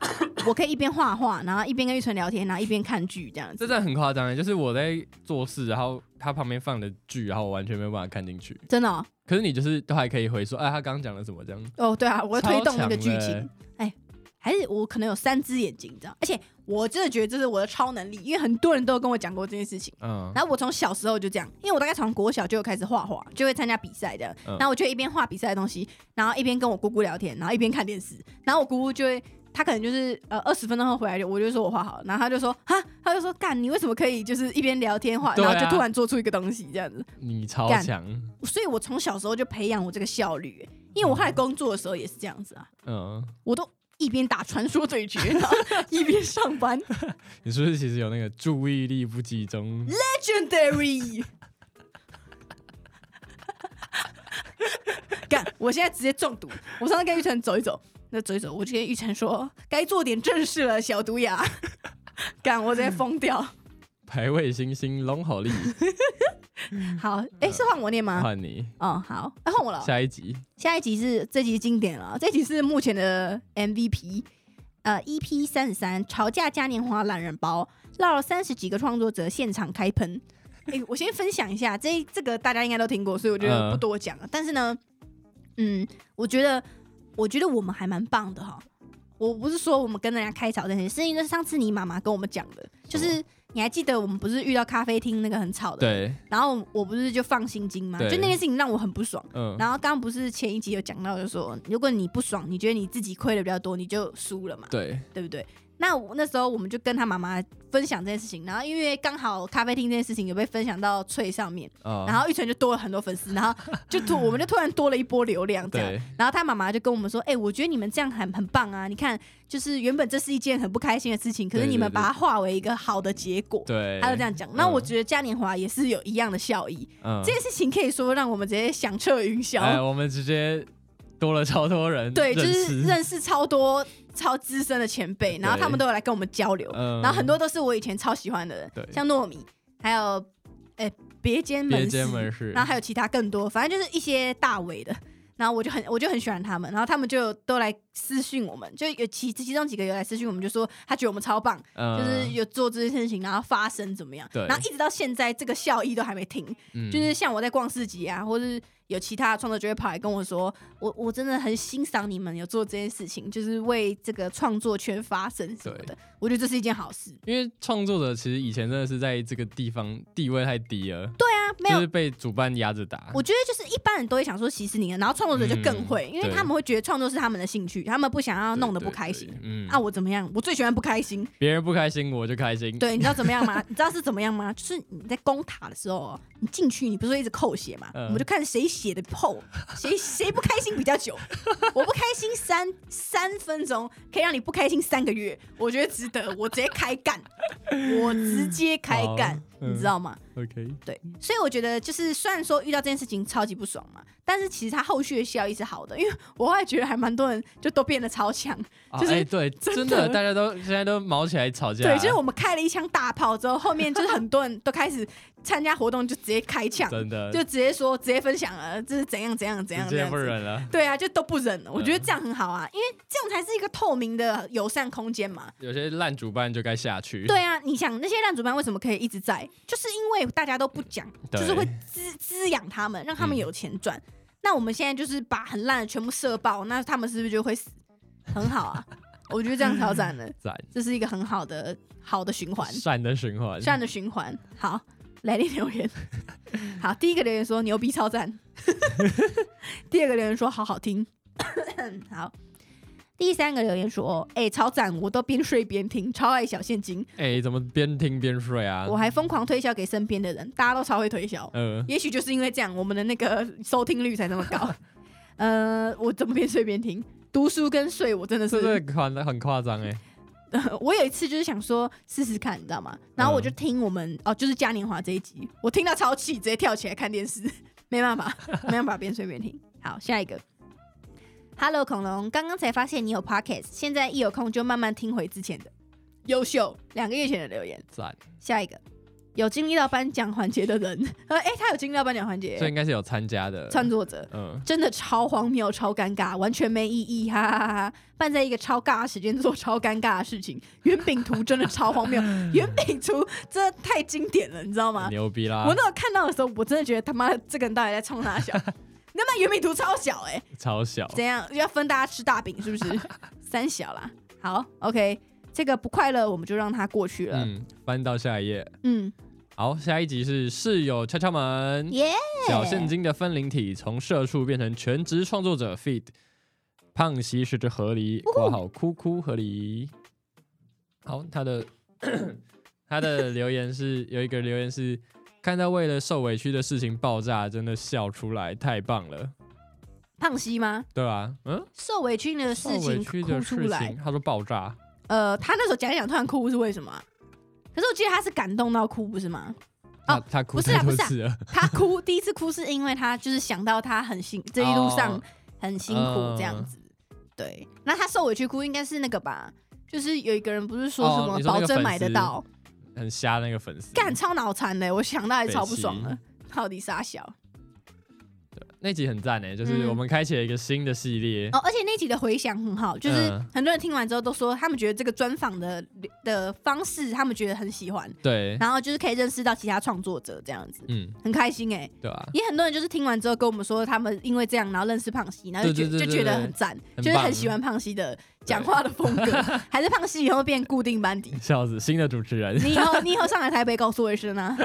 [SPEAKER 4] 我可以一边画画，然后一边跟玉纯聊天，然后一边看剧这样
[SPEAKER 3] 这
[SPEAKER 4] 子，
[SPEAKER 3] 真的很夸张哎，就是我在做事，然后他旁边放的剧，然后我完全没有办法看进去。
[SPEAKER 4] 真的哦，
[SPEAKER 3] 可是你就是都还可以回说，哎、他刚刚讲了什么这样？
[SPEAKER 4] 哦对啊，我推动那个
[SPEAKER 3] 超强
[SPEAKER 4] 剧
[SPEAKER 3] 的
[SPEAKER 4] 情，哎、还是我可能有三只眼睛，你知道？而且我真的觉得这是我的超能力，因为很多人都有跟我讲过这件事情。
[SPEAKER 3] 嗯，
[SPEAKER 4] 然后我从小时候就这样，因为我大概从国小就有开始画画，就会参加比赛这样。
[SPEAKER 3] 嗯
[SPEAKER 4] 然后我就一边画比赛的东西，然后一边跟我姑姑聊天，然后一边看电视。然后我姑姑就会，她可能就是呃二十分钟后回来就，我就说我画好了，然后她就说哈，她就说干，你为什么可以就是一边聊天画，
[SPEAKER 3] 对
[SPEAKER 4] 然
[SPEAKER 3] 啊
[SPEAKER 4] 后就突然做出一个东西这样子？
[SPEAKER 3] 你超
[SPEAKER 4] 干
[SPEAKER 3] 强，
[SPEAKER 4] 所以我从小时候就培养我这个效率、因为我后来工作的时候也是这样子啊，
[SPEAKER 3] 嗯，
[SPEAKER 4] 我都。一边打传说对决，然后一边上班
[SPEAKER 3] 你是不是其实有那个注意力不集中？
[SPEAKER 4] ，legendary。干！我现在直接中毒。我上次跟玉成走一走，那走一走，我就跟玉成说该做点正事了，小毒牙。干！我直接疯掉。
[SPEAKER 3] 排位星星龙吼力，
[SPEAKER 4] 好，哎、是换我念吗？
[SPEAKER 3] 换你
[SPEAKER 4] 哦，好，哎、换我了。
[SPEAKER 3] 下一集。
[SPEAKER 4] 下一集是这集经典了，这集是目前的 MVP，呃，EP 三十三吵架嘉年华懒人包，绕了三十几个创作者现场开喷。 哎、我先分享一下，这这个大家应该都听过，所以我觉得
[SPEAKER 3] 嗯
[SPEAKER 4] 不多讲了。但是呢，嗯，我觉得，我觉得我们还蛮棒的哈。我不是说我们跟人家开吵这件事，是因为上次你妈妈跟我们讲的，就是你还记得我们不是遇到咖啡厅那个很吵的，
[SPEAKER 3] 对，
[SPEAKER 4] 然后我不是就放心经吗？
[SPEAKER 3] 对
[SPEAKER 4] 就那件事情让我很不爽。
[SPEAKER 3] 嗯，
[SPEAKER 4] 然后刚刚不是前一集有讲到，就说如果你不爽，你觉得你自己亏的比较多，你就输了嘛，
[SPEAKER 3] 对，
[SPEAKER 4] 对不对？那我那时候我们就跟他妈妈分享这件事情，然后因为刚好咖啡厅这件事情有被分享到翠上面，
[SPEAKER 3] 啊、
[SPEAKER 4] 然后玉成就多了很多粉丝，然后就突我们就突然多了一波流量这样。
[SPEAKER 3] 对，
[SPEAKER 4] 然后他妈妈就跟我们说：“哎、我觉得你们这样很很棒啊！你看，就是原本这是一件很不开心的事情，可是
[SPEAKER 3] 对
[SPEAKER 4] 你们
[SPEAKER 3] 对对
[SPEAKER 4] 把它化为一个好的结果。”
[SPEAKER 3] 对，
[SPEAKER 4] 他就这样讲。那
[SPEAKER 3] 嗯
[SPEAKER 4] 我觉得嘉年华也是有一样的效益，
[SPEAKER 3] 嗯，
[SPEAKER 4] 这件事情可以说让我们直接响彻云霄。
[SPEAKER 3] 哎，我们直接多了超多人，
[SPEAKER 4] 对，就是
[SPEAKER 3] 认识，
[SPEAKER 4] 认识超多超资深的前辈，然后他们都有来跟我们交流，
[SPEAKER 3] 嗯
[SPEAKER 4] 然后很多都是我以前超喜欢的人
[SPEAKER 3] 对，
[SPEAKER 4] 像诺米，还有哎别间
[SPEAKER 3] 别
[SPEAKER 4] 门
[SPEAKER 3] 间门
[SPEAKER 4] 市，
[SPEAKER 3] 市，
[SPEAKER 4] 然后还有其他更多，反正就是一些大伟的。然后我就很我就很喜欢他们，然后他们就都来私讯我们，就有其其中几个有来私讯我们，就说他觉得我们超棒，
[SPEAKER 3] 呃
[SPEAKER 4] 就是有做这件事情，然后发生怎么样，
[SPEAKER 3] 对
[SPEAKER 4] 然后一直到现在这个效益都还没停，
[SPEAKER 3] 嗯
[SPEAKER 4] 就是像我在逛市集啊，或是有其他的创作者就会跑来跟我说，我我真的很欣赏你们有做这件事情，就是为这个创作圈发声什么的，我觉得这是一件好事。
[SPEAKER 3] 因为创作者其实以前真的是在这个地方地位太低了，
[SPEAKER 4] 对啊，没有
[SPEAKER 3] 就是被主办压着打。
[SPEAKER 4] 我觉得就是一般人都会想说息事宁人，然后创作者就更会，
[SPEAKER 3] 嗯
[SPEAKER 4] 因为他们会觉得创作是他们的兴趣，他们不想要弄得不开心
[SPEAKER 3] 对。对对嗯
[SPEAKER 4] 啊，我怎么样？我最喜欢不开心。
[SPEAKER 3] 别人不开心我就开心。
[SPEAKER 4] 对，你知道怎么样吗？你 知道是怎么样吗？就是你在攻塔的时候哦，你进去，你不是会一直扣血嘛？
[SPEAKER 3] 嗯
[SPEAKER 4] 我们就看谁血的厚，谁谁不开心比较 久。我不开心三三分钟，可以让你不开心三个月，我觉得值得。我直接开 干，我直接开干
[SPEAKER 3] 好，嗯
[SPEAKER 4] 你知道吗？
[SPEAKER 3] ，OK，
[SPEAKER 4] 对，所以我觉得就是虽然说遇到这件事情超级不爽嘛，但是其实它后续的效益是好的，因为我后来觉得还蛮多人就都变得超强，
[SPEAKER 3] 啊
[SPEAKER 4] 就是
[SPEAKER 3] 哎对，
[SPEAKER 4] 真
[SPEAKER 3] 真
[SPEAKER 4] 的
[SPEAKER 3] 大家都现在都毛起来吵架。
[SPEAKER 4] 对，就是 我们开了一枪大炮之后，后面就是很多人都开始参加活动就直接开枪，
[SPEAKER 3] 真的
[SPEAKER 4] 就直接说直接分享了，这是怎样怎样怎样
[SPEAKER 3] 直
[SPEAKER 4] 怎
[SPEAKER 3] 接嗯
[SPEAKER 4] 样
[SPEAKER 3] 不
[SPEAKER 4] 子。
[SPEAKER 3] 忍了，
[SPEAKER 4] 对啊，就都不忍了，我觉得这样很好啊，因为这样才是一个透明的友善空间嘛。
[SPEAKER 3] 有些烂主办就该下去。
[SPEAKER 4] 对啊，你想那些烂主办为什么可以一直在？就是因为大家都不讲，
[SPEAKER 3] 对嗯
[SPEAKER 4] 就是会滋滋养他们，让他们有钱赚。那我们现在就是把很烂的全部射爆，那他们是不是就会死？很好啊，我觉得这样超赞 的，
[SPEAKER 3] 赞，
[SPEAKER 4] 这是一个很好的好的循环，
[SPEAKER 3] 善的循环。
[SPEAKER 4] 这样的循环。好，来念留言。好，第一个留言说牛逼超赞， 第二个留言说好好听，好。第三个留言说：“哎、超赞！我都边睡边听，超爱小现金。
[SPEAKER 3] 哎，怎么边听边睡啊
[SPEAKER 4] 我？还疯狂推销给身边的人，大家都超会推 销。
[SPEAKER 3] 呃，
[SPEAKER 4] 也许就是因为这样，我们的那个收听率才那么高。呃，我怎么边睡边听？读书跟睡，我真的
[SPEAKER 3] 这
[SPEAKER 4] 是，
[SPEAKER 3] 个夸很夸张哎，
[SPEAKER 4] 我有一次就是想说试试看，你知道吗？然后我就听我们、哦，就是嘉年华这一集，我听到超气，直接跳起来看电视， 没办法，没办法边睡边听。好，下一个。Hello，恐龙，刚刚才发现你有 Pockets，现在一有空就慢慢听回之前的优秀两个月前的留言。
[SPEAKER 3] 赞，
[SPEAKER 4] 下一个，有经历到颁奖环节的人，呃，哎、他有经历到颁奖环
[SPEAKER 3] 这
[SPEAKER 4] 节，
[SPEAKER 3] 应该是有参加的。
[SPEAKER 4] 创作者
[SPEAKER 3] 嗯，
[SPEAKER 4] 真的超荒谬、超尴尬，完全没意义，哈哈哈哈！办在一个超尬的时间做超尴尬的事情，圆饼图真的超荒谬，圆饼图真的太经典了，你知道吗？
[SPEAKER 3] 牛逼啦
[SPEAKER 4] 我，那时候看到的时候，我真的觉得他妈这个人到底在冲哪小？ 那么圆饼图超小哎、
[SPEAKER 3] 超小，
[SPEAKER 4] 怎样要分大家吃大饼是不 是？三小啦，好，OK，这个不快乐我们就让它过去了，
[SPEAKER 3] 嗯，翻到下一页。
[SPEAKER 4] 嗯，
[SPEAKER 3] 好，下一集是室友敲敲门，
[SPEAKER 4] 耶、
[SPEAKER 3] 小现金的分灵体从社畜变成全职创作者 feed，胖西是只河狸，括号哭哭河狸。好，他的他的留言是有一个留言是看到为了受委屈的事情爆炸，真的笑出来，太棒了，
[SPEAKER 4] 胖西吗？
[SPEAKER 3] 对吧、嗯，
[SPEAKER 4] 受委屈的
[SPEAKER 3] 受
[SPEAKER 4] 事
[SPEAKER 3] 委
[SPEAKER 4] 情
[SPEAKER 3] 屈
[SPEAKER 4] 哭
[SPEAKER 3] 的
[SPEAKER 4] 出
[SPEAKER 3] 事
[SPEAKER 4] 来
[SPEAKER 3] 情，。他说爆炸，
[SPEAKER 4] 呃，他那时候讲一讲，突然哭是为什么啊、可是我记得他是感动到哭，不是吗？
[SPEAKER 3] 他、
[SPEAKER 4] 哦
[SPEAKER 3] 他哭
[SPEAKER 4] 不是
[SPEAKER 3] 太
[SPEAKER 4] 啊
[SPEAKER 3] 多
[SPEAKER 4] 不是啊
[SPEAKER 3] 次了，
[SPEAKER 4] 他哭第一次哭是因为他就是想到他很辛这一路上
[SPEAKER 3] 哦嗯
[SPEAKER 4] 很辛苦这样子。对，那他受委屈哭应该是那个吧？就是有一个人不是说
[SPEAKER 3] 哦
[SPEAKER 4] 什么
[SPEAKER 3] 你说那
[SPEAKER 4] 保
[SPEAKER 3] 个
[SPEAKER 4] 证
[SPEAKER 3] 粉
[SPEAKER 4] 买得
[SPEAKER 3] 丝
[SPEAKER 4] 到，
[SPEAKER 3] 很瞎那个粉丝。
[SPEAKER 4] 干超脑残的，我想到还是超不爽
[SPEAKER 3] 北
[SPEAKER 4] 的
[SPEAKER 3] 七。
[SPEAKER 4] 到底傻小
[SPEAKER 3] 那集很赞诶，欸就是
[SPEAKER 4] 嗯
[SPEAKER 3] 我们开启了一个新的系列。
[SPEAKER 4] 哦！而且那集的回响很好，就是
[SPEAKER 3] 哎嗯
[SPEAKER 4] 很多人听完之后都说，他们觉得这个专访的的方式，他们觉得很喜欢，
[SPEAKER 3] 对，
[SPEAKER 4] 然后就是可以认识到其他创作者这样子，
[SPEAKER 3] 嗯，
[SPEAKER 4] 很开心哎。
[SPEAKER 3] 对 吧、
[SPEAKER 4] 也很多人就是听完之后跟我们说，他们因为这样然后认识胖西，然后就觉
[SPEAKER 3] 对对对
[SPEAKER 4] 就
[SPEAKER 3] 对
[SPEAKER 4] 觉得
[SPEAKER 3] 对
[SPEAKER 4] 很赞，
[SPEAKER 3] 很
[SPEAKER 4] 就是很
[SPEAKER 3] 棒。
[SPEAKER 4] 喜欢胖西的讲话的风格， 还是胖西以后变固定班底
[SPEAKER 3] 笑死，新的主持人。
[SPEAKER 4] 你以后你以后上来台北告诉我一声啊！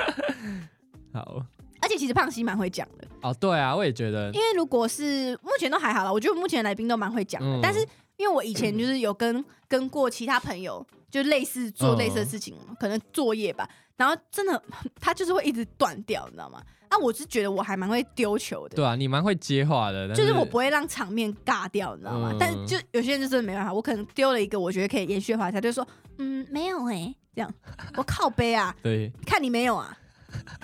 [SPEAKER 3] 好，
[SPEAKER 4] 而且其实胖西蛮会讲的，
[SPEAKER 3] 哦，对啊，我也觉得
[SPEAKER 4] 因，为如果是目前都还好了，我觉得目前来宾都蛮会讲的。
[SPEAKER 3] 嗯
[SPEAKER 4] 但是因为我以前就是有跟跟过其他朋友，就类似做
[SPEAKER 3] 嗯
[SPEAKER 4] 类似的事情，可能作业吧，然后真的 他就是会一直断掉，你知道吗？啊，我是觉得我还蛮会丢球的，
[SPEAKER 3] 对啊，你蛮会接话的，但
[SPEAKER 4] 就是我不会让场面尬掉，你知道吗？
[SPEAKER 3] 嗯
[SPEAKER 4] 但就有些人就真的没办法，我可能丢了一个我觉得可以延续的话题，他就说
[SPEAKER 1] 嗯，没有哎、
[SPEAKER 4] 这样，我靠背啊，
[SPEAKER 3] 对
[SPEAKER 4] 看你没有啊。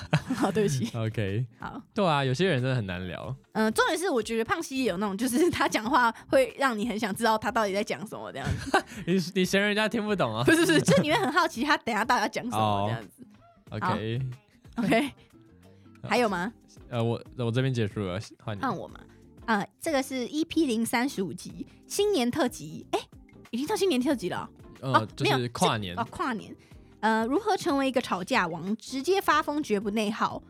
[SPEAKER 4] 好，对不起。
[SPEAKER 3] ，OK，
[SPEAKER 4] 好，
[SPEAKER 3] 对啊，有些人真的很难聊，
[SPEAKER 4] 嗯、重点是我觉得胖西也有那种，就是 他讲话会让你很想知道他到底在讲什么这样子，
[SPEAKER 3] 你你嫌人家听不懂啊
[SPEAKER 4] 不是不是，就是你会很好奇他等一下到底要讲什么
[SPEAKER 3] 哦
[SPEAKER 4] 这样子。
[SPEAKER 3] ？OK，
[SPEAKER 4] OK，还有吗？
[SPEAKER 3] 呃，我我这边结束了，换你。
[SPEAKER 4] 换我嘛。啊，这个是 EP 零三十五集新年特辑，哎，已经到新年特辑了哦、
[SPEAKER 3] 呃
[SPEAKER 4] 哦，
[SPEAKER 3] 就
[SPEAKER 4] 没有
[SPEAKER 3] 是跨年
[SPEAKER 4] 哦，跨年，呃，如何成为一个吵架王？直接发疯，绝不内耗。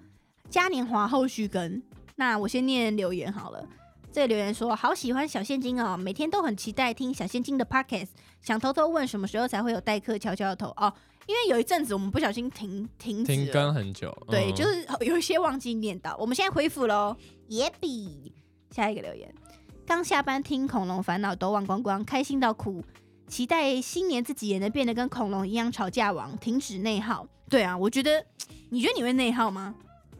[SPEAKER 4] 嘉年华后续跟，那我先念留言好了。这个留言说：“好喜欢小现金哦，每天都很期待听小现金的 podcast，想偷偷问什么时候才会有代课悄悄头哦，因为有一阵子我们不小心停停止
[SPEAKER 3] 停
[SPEAKER 4] 了
[SPEAKER 3] 更很久，
[SPEAKER 4] 对，
[SPEAKER 3] 嗯
[SPEAKER 4] 就是有一些忘记念到，我们现在恢复喽。耶比，下一个留言，刚下班听恐龙烦恼都忘光光，开心到哭，期待新年自己也能变得跟恐龙一样吵架王，停止内耗。对啊，我觉得，你觉得你会内耗吗？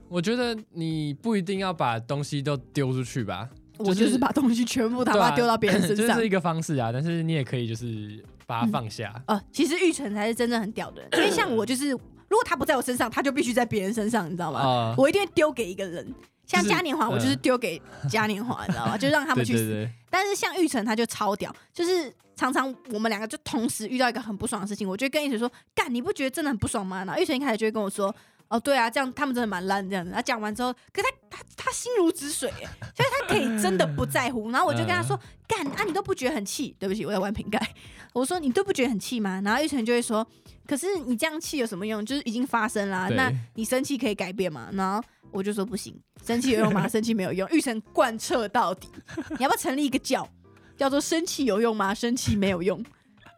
[SPEAKER 3] 我觉得你不一定要把东西都丢出去吧，
[SPEAKER 4] 我就是把东西全部他妈
[SPEAKER 3] 对啊
[SPEAKER 4] 丢到别 人身
[SPEAKER 3] 这
[SPEAKER 4] 上。
[SPEAKER 3] 是一个方式啊，但是你也可以就是把它放下。
[SPEAKER 4] 哦，其实玉成才是真正很屌的人，因为像我就是，如果他不在我身上，他就必须在别人身上，你知道吗？
[SPEAKER 3] 啊、
[SPEAKER 4] 我一定会丢给一个人。像
[SPEAKER 3] 就是啊
[SPEAKER 4] 嘉年华，我就是丢给嘉年华，你知道吗？就让他们
[SPEAKER 3] 对
[SPEAKER 4] 去
[SPEAKER 3] 对
[SPEAKER 4] 死。
[SPEAKER 3] 对，
[SPEAKER 4] 但是像玉成他就超屌，就是常常我们两个就同时遇到一个很不爽的事情，我就会跟玉成说：“干，你不觉得真的很不爽吗？”然后玉成一开始就会跟我说：“哦，对啊，这样他们真的蛮烂这样子。”啊他讲完之后，可是他他他心如止水耶，所以他可以真的不在乎。然后我就跟他说：“干啊，你都不觉得很气？对不起，我在玩瓶盖。”我说：“你都不觉得很气吗？”然后玉成就会说：“可是你这样气有什么用？就是已经发生啦，
[SPEAKER 3] 对
[SPEAKER 4] 那你生气可以改变吗？”然后。我就说不行，生气有用吗？生气没有用，玉成贯彻到底。你要不要成立一个教，叫做“生气有用吗？生气没有用”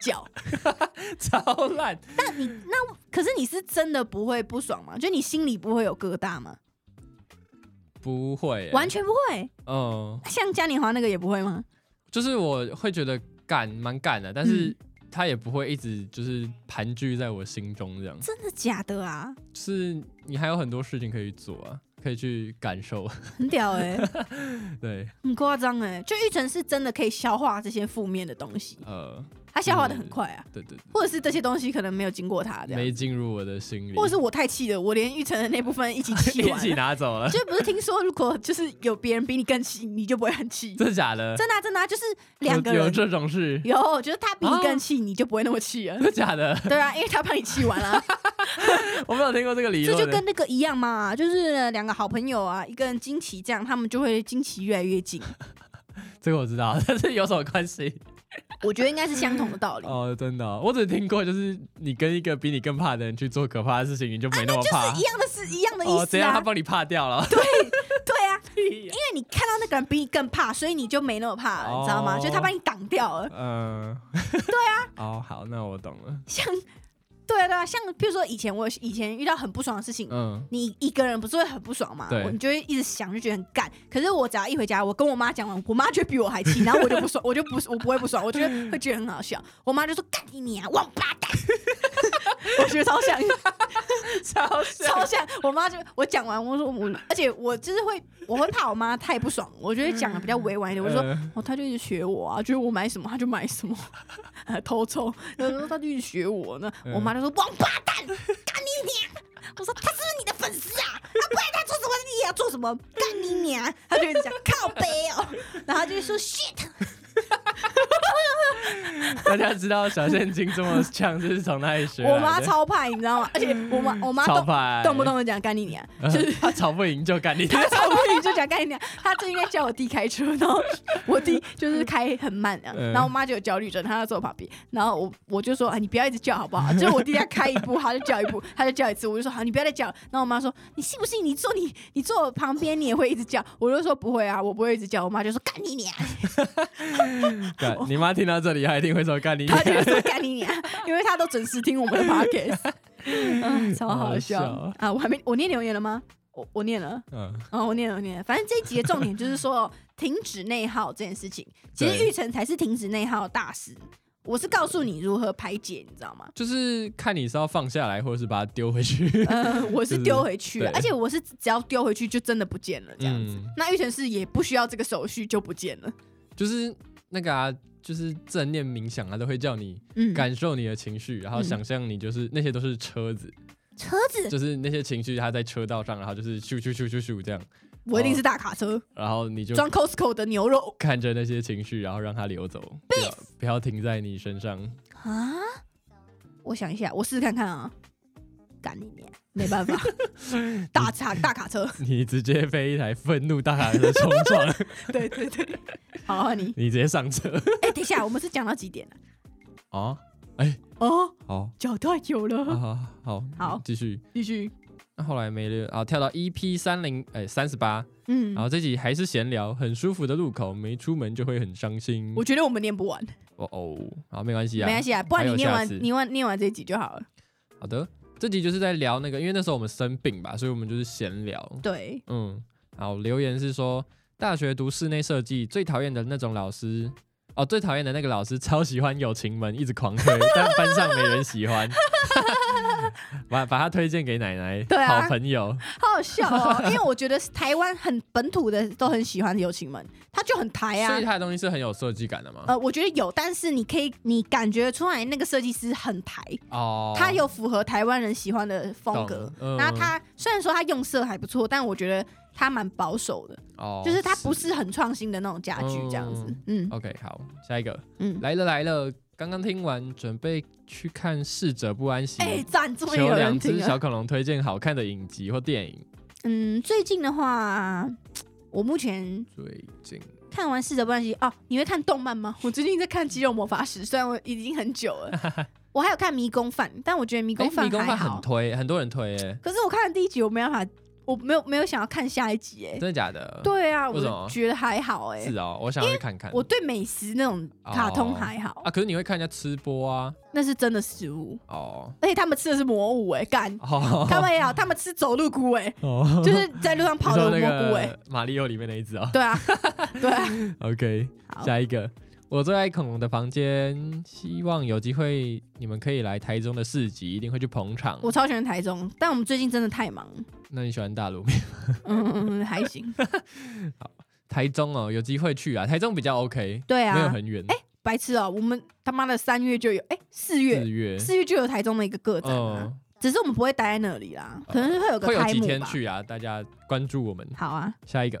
[SPEAKER 4] 教？
[SPEAKER 3] 超烂。
[SPEAKER 4] 可是你是真的不会不爽吗？就你心里不会有疙瘩吗？
[SPEAKER 3] 不会、欸，
[SPEAKER 4] 完，全不会。
[SPEAKER 3] 嗯，
[SPEAKER 4] 像嘉年华那个也不会吗？
[SPEAKER 3] 就是我会觉得干蛮干的，但
[SPEAKER 4] 嗯
[SPEAKER 3] 是他也不会一直就是盘踞在我心中这样，
[SPEAKER 4] 真的假的啊？
[SPEAKER 3] 就是你还有很多事情可以做啊，可以去感受，
[SPEAKER 4] 很屌哎、
[SPEAKER 3] 对，
[SPEAKER 4] 很夸张哎。就玉成是真的可以消化这些负面的东西，
[SPEAKER 3] 呃，
[SPEAKER 4] 他消化的很快啊，
[SPEAKER 3] 对对
[SPEAKER 4] 或者是这些东西可能没有经过他这
[SPEAKER 3] 对，
[SPEAKER 4] 样，
[SPEAKER 3] 没进入我的心里，
[SPEAKER 4] 或者是我太气了，我连玉成的那部分一起气
[SPEAKER 3] 一
[SPEAKER 4] 完
[SPEAKER 3] 起
[SPEAKER 4] 了。
[SPEAKER 3] 拿走了，
[SPEAKER 4] 就不是听说，如果就是有别人比你更气，你就不会很气。
[SPEAKER 3] 真的假的？
[SPEAKER 4] 真的啊、真的啊、就是两个
[SPEAKER 3] 有
[SPEAKER 4] 人
[SPEAKER 3] 有这种事，
[SPEAKER 4] 有，就是他比你
[SPEAKER 3] 啊
[SPEAKER 4] 更气，你就不会那么气了
[SPEAKER 3] 真。的假的？
[SPEAKER 4] 对啊，因为他把你气完了，啊
[SPEAKER 3] 我没 有听过这个理
[SPEAKER 4] 这
[SPEAKER 3] 论欸，
[SPEAKER 4] 就跟那个一样嘛，就是两个好朋友啊，一个人惊奇这样，他们就会惊奇越来越近。
[SPEAKER 3] 这个我知道， 但是有什么关系？
[SPEAKER 4] 我觉得应该是相同的道理，
[SPEAKER 3] 哦，真的哦、我只听过就是你跟一个比你更怕的人去做可怕的事情，你就没那么怕。
[SPEAKER 4] 一样的啊是一样的
[SPEAKER 3] 哦，
[SPEAKER 4] 意
[SPEAKER 3] 怎
[SPEAKER 4] 思
[SPEAKER 3] 样？他
[SPEAKER 4] 啊。
[SPEAKER 3] 帮你怕掉了？
[SPEAKER 4] 对啊，因为你看到那个人比你更怕，所以你就没那么怕了，你知道吗？
[SPEAKER 3] 哦
[SPEAKER 4] 所以他把你挡掉了。
[SPEAKER 3] 嗯，对啊。哦，好，那我懂了。
[SPEAKER 4] 像，对啊对啊，像比如说以前我以前遇到很不爽的事情，
[SPEAKER 3] 嗯，
[SPEAKER 4] 你一个人不是会很不爽嘛？
[SPEAKER 3] 对
[SPEAKER 4] 我你就会一直想，就觉得很干。可是我只要一回家，我跟我妈讲完，我妈就会比我还气，然后我就不爽，我就不我不会不爽，我就 会会觉得很好笑。我妈就说：“干你娘，王八蛋！” 我觉得超像，
[SPEAKER 3] 超像
[SPEAKER 4] 超像。我妈就我讲完，我说我，而且我就是会，我会怕我妈太不爽，我就会讲的比较委婉一点。我就说。
[SPEAKER 3] 呃
[SPEAKER 4] 哦，她就一直学我啊，觉得我买什么她就买什么， 呃偷抽。然后她就一直学我呢，我妈就说王八蛋，干你娘！ 我说她是不是你的粉丝啊？啊，不然她做什么你也要做什么，干你娘！她就一直讲 靠背哦，然后她就会说 shit，
[SPEAKER 3] 大家知道小现金这么强是从哪里学来的？
[SPEAKER 4] 我妈超派，你知道吗？而且我妈我妈
[SPEAKER 3] 啊超
[SPEAKER 4] 动
[SPEAKER 3] 派，
[SPEAKER 4] 动不动就讲干你娘，
[SPEAKER 3] 呃
[SPEAKER 4] 就是。
[SPEAKER 3] 他吵不赢就干 你。
[SPEAKER 4] 她吵不赢就讲干你娘，她就应该叫我弟开车，然后我弟就是开很慢这样，
[SPEAKER 3] 嗯
[SPEAKER 4] 然后我妈就有焦虑症，她就坐我旁边，然后我我就说啊，你不要一直叫好不 好？就是我弟他开一步，他就叫一步，他就叫一次，我就说好，你不要再叫了。然后我妈说你信不信？你坐你你坐我旁边，你也会一直叫。我就说不会啊，我不会一直叫。我妈就说干你娘，
[SPEAKER 3] 干你妈听到这里，她一定会说干你。
[SPEAKER 4] 她就说干你娘，因为她都准时听我们的 podcast，嗯，超好笑
[SPEAKER 3] 好好笑
[SPEAKER 4] 啊！我还没我念留言了吗？我我念了。
[SPEAKER 3] 嗯，
[SPEAKER 4] 哦，我念了，我念了。反正这一集的重点就是说哦停止内耗这件事情。其实
[SPEAKER 3] 对
[SPEAKER 4] 玉成才是停止内耗的大师。我是告诉你如何排解，你知 道吗？
[SPEAKER 3] 就是看你是要放下来，或者是把它丢回去。
[SPEAKER 4] 呃，我是
[SPEAKER 3] 就是
[SPEAKER 4] 丢回去了，
[SPEAKER 3] 对
[SPEAKER 4] 而且我是只要丢回去就真的不见 了这样子。
[SPEAKER 3] 嗯
[SPEAKER 4] 那玉成是也不需要这个手续就不见了。
[SPEAKER 3] 就是那个啊，就是正念冥想啊，都会叫你
[SPEAKER 4] 嗯，
[SPEAKER 3] 感受你的情绪，然后想象你就是那些都是车子，
[SPEAKER 4] 车子，
[SPEAKER 3] 就是那些情绪它在车道上，然后就是咻咻咻咻咻这样，
[SPEAKER 4] 我一定是大卡车，
[SPEAKER 3] 然后你就
[SPEAKER 4] 装 Costco 的牛肉
[SPEAKER 3] 看着那些情绪，然后让它流走，不要不要停在你身上。
[SPEAKER 4] 啊！我想一下，我试试看看啊。干你娘，没办 法，大卡大卡车，
[SPEAKER 3] 你直接被一台愤怒大卡车冲撞，
[SPEAKER 4] 对对对，好换你。
[SPEAKER 3] 你直接上车
[SPEAKER 4] 哎、等一下，我们是讲到几点了、
[SPEAKER 3] 啊！
[SPEAKER 4] 哦，
[SPEAKER 3] 好
[SPEAKER 4] 讲太久了，
[SPEAKER 3] 啊，好
[SPEAKER 4] 好
[SPEAKER 3] 继续。
[SPEAKER 4] 继续。
[SPEAKER 3] 那后来没了啊，跳到 EP 三零哎三十八，
[SPEAKER 4] 嗯
[SPEAKER 3] 然，后这集还是闲聊，很舒服的路口，没出门就会很伤心。
[SPEAKER 4] 我觉得我们念不完，
[SPEAKER 3] 哦哦，好没关系啊，
[SPEAKER 4] 没关系啊，不然你念
[SPEAKER 3] 还
[SPEAKER 4] 完
[SPEAKER 3] 有下次
[SPEAKER 4] 你念完念完这一集就好了。
[SPEAKER 3] 好的，这集就是在聊那个，因为那时候我们生病吧，所以我们就是闲聊。
[SPEAKER 4] 对，
[SPEAKER 3] 嗯，好，留言是说大学读室内设计最讨厌的那种老师。哦，最讨厌的那个老师超喜欢友情门，一直狂推，但班上没人喜欢， 把把他推荐给奶奶，
[SPEAKER 4] 对啊
[SPEAKER 3] 好朋友，
[SPEAKER 4] 好好笑哦，因为我觉得台湾很本土的都很喜欢友情们，他就很台啊
[SPEAKER 3] 所以。他的东西是很有设计感的嘛。
[SPEAKER 4] 呃，我觉得有，但是你可以，你感觉出来那个设计师很台，
[SPEAKER 3] 哦，
[SPEAKER 4] 他有符合台湾人喜欢的风格
[SPEAKER 3] 懂。嗯
[SPEAKER 4] 然后他虽然说他用色还不错，但我觉得他蛮保守的，
[SPEAKER 3] 哦，
[SPEAKER 4] 就是他不是很创新的那种家具这样子。嗯
[SPEAKER 3] OK，好，下一个
[SPEAKER 4] 嗯，
[SPEAKER 3] 来了来了，刚刚听完，准备去看《逝者不安息》
[SPEAKER 4] 哎，赞终于
[SPEAKER 3] 求
[SPEAKER 4] 有
[SPEAKER 3] 两
[SPEAKER 4] 人
[SPEAKER 3] 只
[SPEAKER 4] 听
[SPEAKER 3] 小
[SPEAKER 4] 了。
[SPEAKER 3] 恐龙推荐好看的影集或电影。
[SPEAKER 4] 嗯，最近的话，我目前
[SPEAKER 3] 最近
[SPEAKER 4] 看完《逝者不安息》哦，你会看动漫吗？我最近在看《肌肉魔法使》，虽然我已经很久了， 我还有看《迷宫饭》，但我觉得《迷宫饭
[SPEAKER 3] 迷》宫
[SPEAKER 4] 还
[SPEAKER 3] 哎饭很
[SPEAKER 4] 好。
[SPEAKER 3] 推，很多人推诶、
[SPEAKER 4] 可是我看了第一集，我没办法，我没有没有想要看下一集哎、
[SPEAKER 3] 真的假的？，
[SPEAKER 4] 对啊，
[SPEAKER 3] 为什么
[SPEAKER 4] 我觉得还好哎、
[SPEAKER 3] 是哦，我想要去看看。
[SPEAKER 4] 我对美食那种卡通还好，
[SPEAKER 3] 哦啊，可是你会看人家吃播啊？
[SPEAKER 4] 那是真的食物，
[SPEAKER 3] 哦，。
[SPEAKER 4] 而且他们吃的是魔物哎、干
[SPEAKER 3] 哦，
[SPEAKER 4] 他们也好，他们吃走路菇哎、
[SPEAKER 3] 哦
[SPEAKER 4] 就是在路上
[SPEAKER 3] 你
[SPEAKER 4] 跑
[SPEAKER 3] 说
[SPEAKER 4] 的
[SPEAKER 3] 那
[SPEAKER 4] 蘑菇哎、
[SPEAKER 3] 个马里奥里面那 一只哦。
[SPEAKER 4] 对啊，对啊，
[SPEAKER 3] OK，
[SPEAKER 4] 好
[SPEAKER 3] 下一个，我最爱恐龙的房间，希望有机会你们可以来台中的市集，一定会去捧场。
[SPEAKER 4] 我超喜欢台中，但我们最近真的太 忙，
[SPEAKER 3] 那你喜欢大陆面？
[SPEAKER 4] 嗯嗯嗯，还行，
[SPEAKER 3] 台中哦，有机会去啊，台中比较 OK，、
[SPEAKER 4] 对啊，
[SPEAKER 3] 没有很远。哎、
[SPEAKER 4] 白痴哦、我们他妈的三月就有，哎、四
[SPEAKER 3] 四
[SPEAKER 4] 月，
[SPEAKER 3] 月，
[SPEAKER 4] 四月就有台中的一个个展啊，
[SPEAKER 3] 嗯，
[SPEAKER 4] 只是我们不会待在那里啦，
[SPEAKER 3] 哦
[SPEAKER 4] 可能会有个
[SPEAKER 3] 会有
[SPEAKER 4] 开
[SPEAKER 3] 几
[SPEAKER 4] 幕
[SPEAKER 3] 天
[SPEAKER 4] 吧。
[SPEAKER 3] 去啊？大家关注我们。
[SPEAKER 4] 好啊，
[SPEAKER 3] 下一个，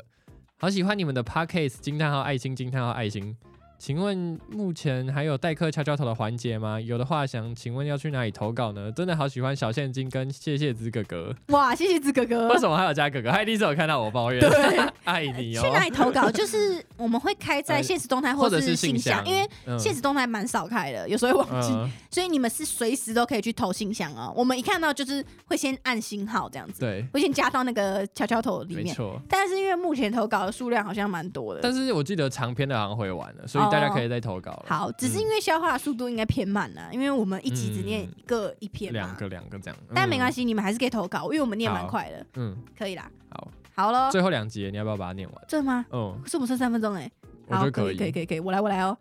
[SPEAKER 3] 好喜欢你们的 Pockets 惊叹号爱心惊叹号爱心。请问目前还有代课敲敲头的环节吗？有的话想请问要去哪里投稿呢？真的好喜欢小现金跟谢谢子哥哥，
[SPEAKER 4] 哇，谢谢子哥哥
[SPEAKER 3] 为。什么还有加哥哥？他一定是有看到我抱怨，
[SPEAKER 4] 呃对，
[SPEAKER 3] 爱你
[SPEAKER 4] 去
[SPEAKER 3] 哦。
[SPEAKER 4] 哪里投稿？就是我们会开在
[SPEAKER 3] 呃
[SPEAKER 4] 现实动态
[SPEAKER 3] 或者
[SPEAKER 4] 是
[SPEAKER 3] 信
[SPEAKER 4] 箱，因为
[SPEAKER 3] 嗯
[SPEAKER 4] 现实动态蛮少开的，有时候会忘记，
[SPEAKER 3] 嗯，
[SPEAKER 4] 所以你们是随时都可以去投信箱哦。我们一看到就是会先按星号这样子，
[SPEAKER 3] 对，
[SPEAKER 4] 会先加到那个悄悄头里
[SPEAKER 3] 没
[SPEAKER 4] 面。呃
[SPEAKER 3] 错。
[SPEAKER 4] 但是因为目前投稿的数量好像蛮多的，
[SPEAKER 3] 但是我记得长篇的好像回完了，所以大家可以再投稿了。
[SPEAKER 4] 哦好，只是因为消化的速度应该偏慢啊啦、因为我们一集只念
[SPEAKER 3] 嗯啊
[SPEAKER 4] 一个一篇嘛，
[SPEAKER 3] 两个两个这样，
[SPEAKER 4] 但没关
[SPEAKER 3] 系。
[SPEAKER 4] 系，你们还是可以投稿，因为我们念蛮
[SPEAKER 3] 好
[SPEAKER 4] 快的，
[SPEAKER 3] 嗯，
[SPEAKER 4] 可以啦。
[SPEAKER 3] 好，
[SPEAKER 4] 好喽，
[SPEAKER 3] 最后两集你要不要把它念完？
[SPEAKER 4] 这吗？
[SPEAKER 3] 嗯，
[SPEAKER 4] 可是我们剩三分钟哎、
[SPEAKER 3] 我觉
[SPEAKER 4] 好，
[SPEAKER 3] 得
[SPEAKER 4] 可
[SPEAKER 3] 以，
[SPEAKER 4] 可以，可以，可以，我来，我来哦。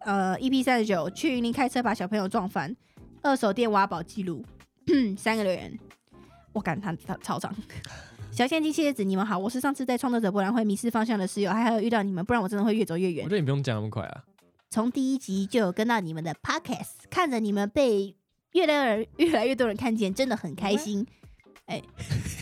[SPEAKER 4] 呃，EP 三十九，去云林开车把小朋友撞翻，二手店挖宝记录， 三个留言，我感叹他超长。小现金谢谢子，你们好，我是上次在创作者博览会迷失方向的室友，还好有遇到你们，不然我真的会越走越
[SPEAKER 3] 我
[SPEAKER 4] 远
[SPEAKER 3] 觉。得你不用讲那么快啊。
[SPEAKER 4] 从第一集就有跟到你们的 podcast，看着你们被越来越越来越多人看见，真的很开心。哎，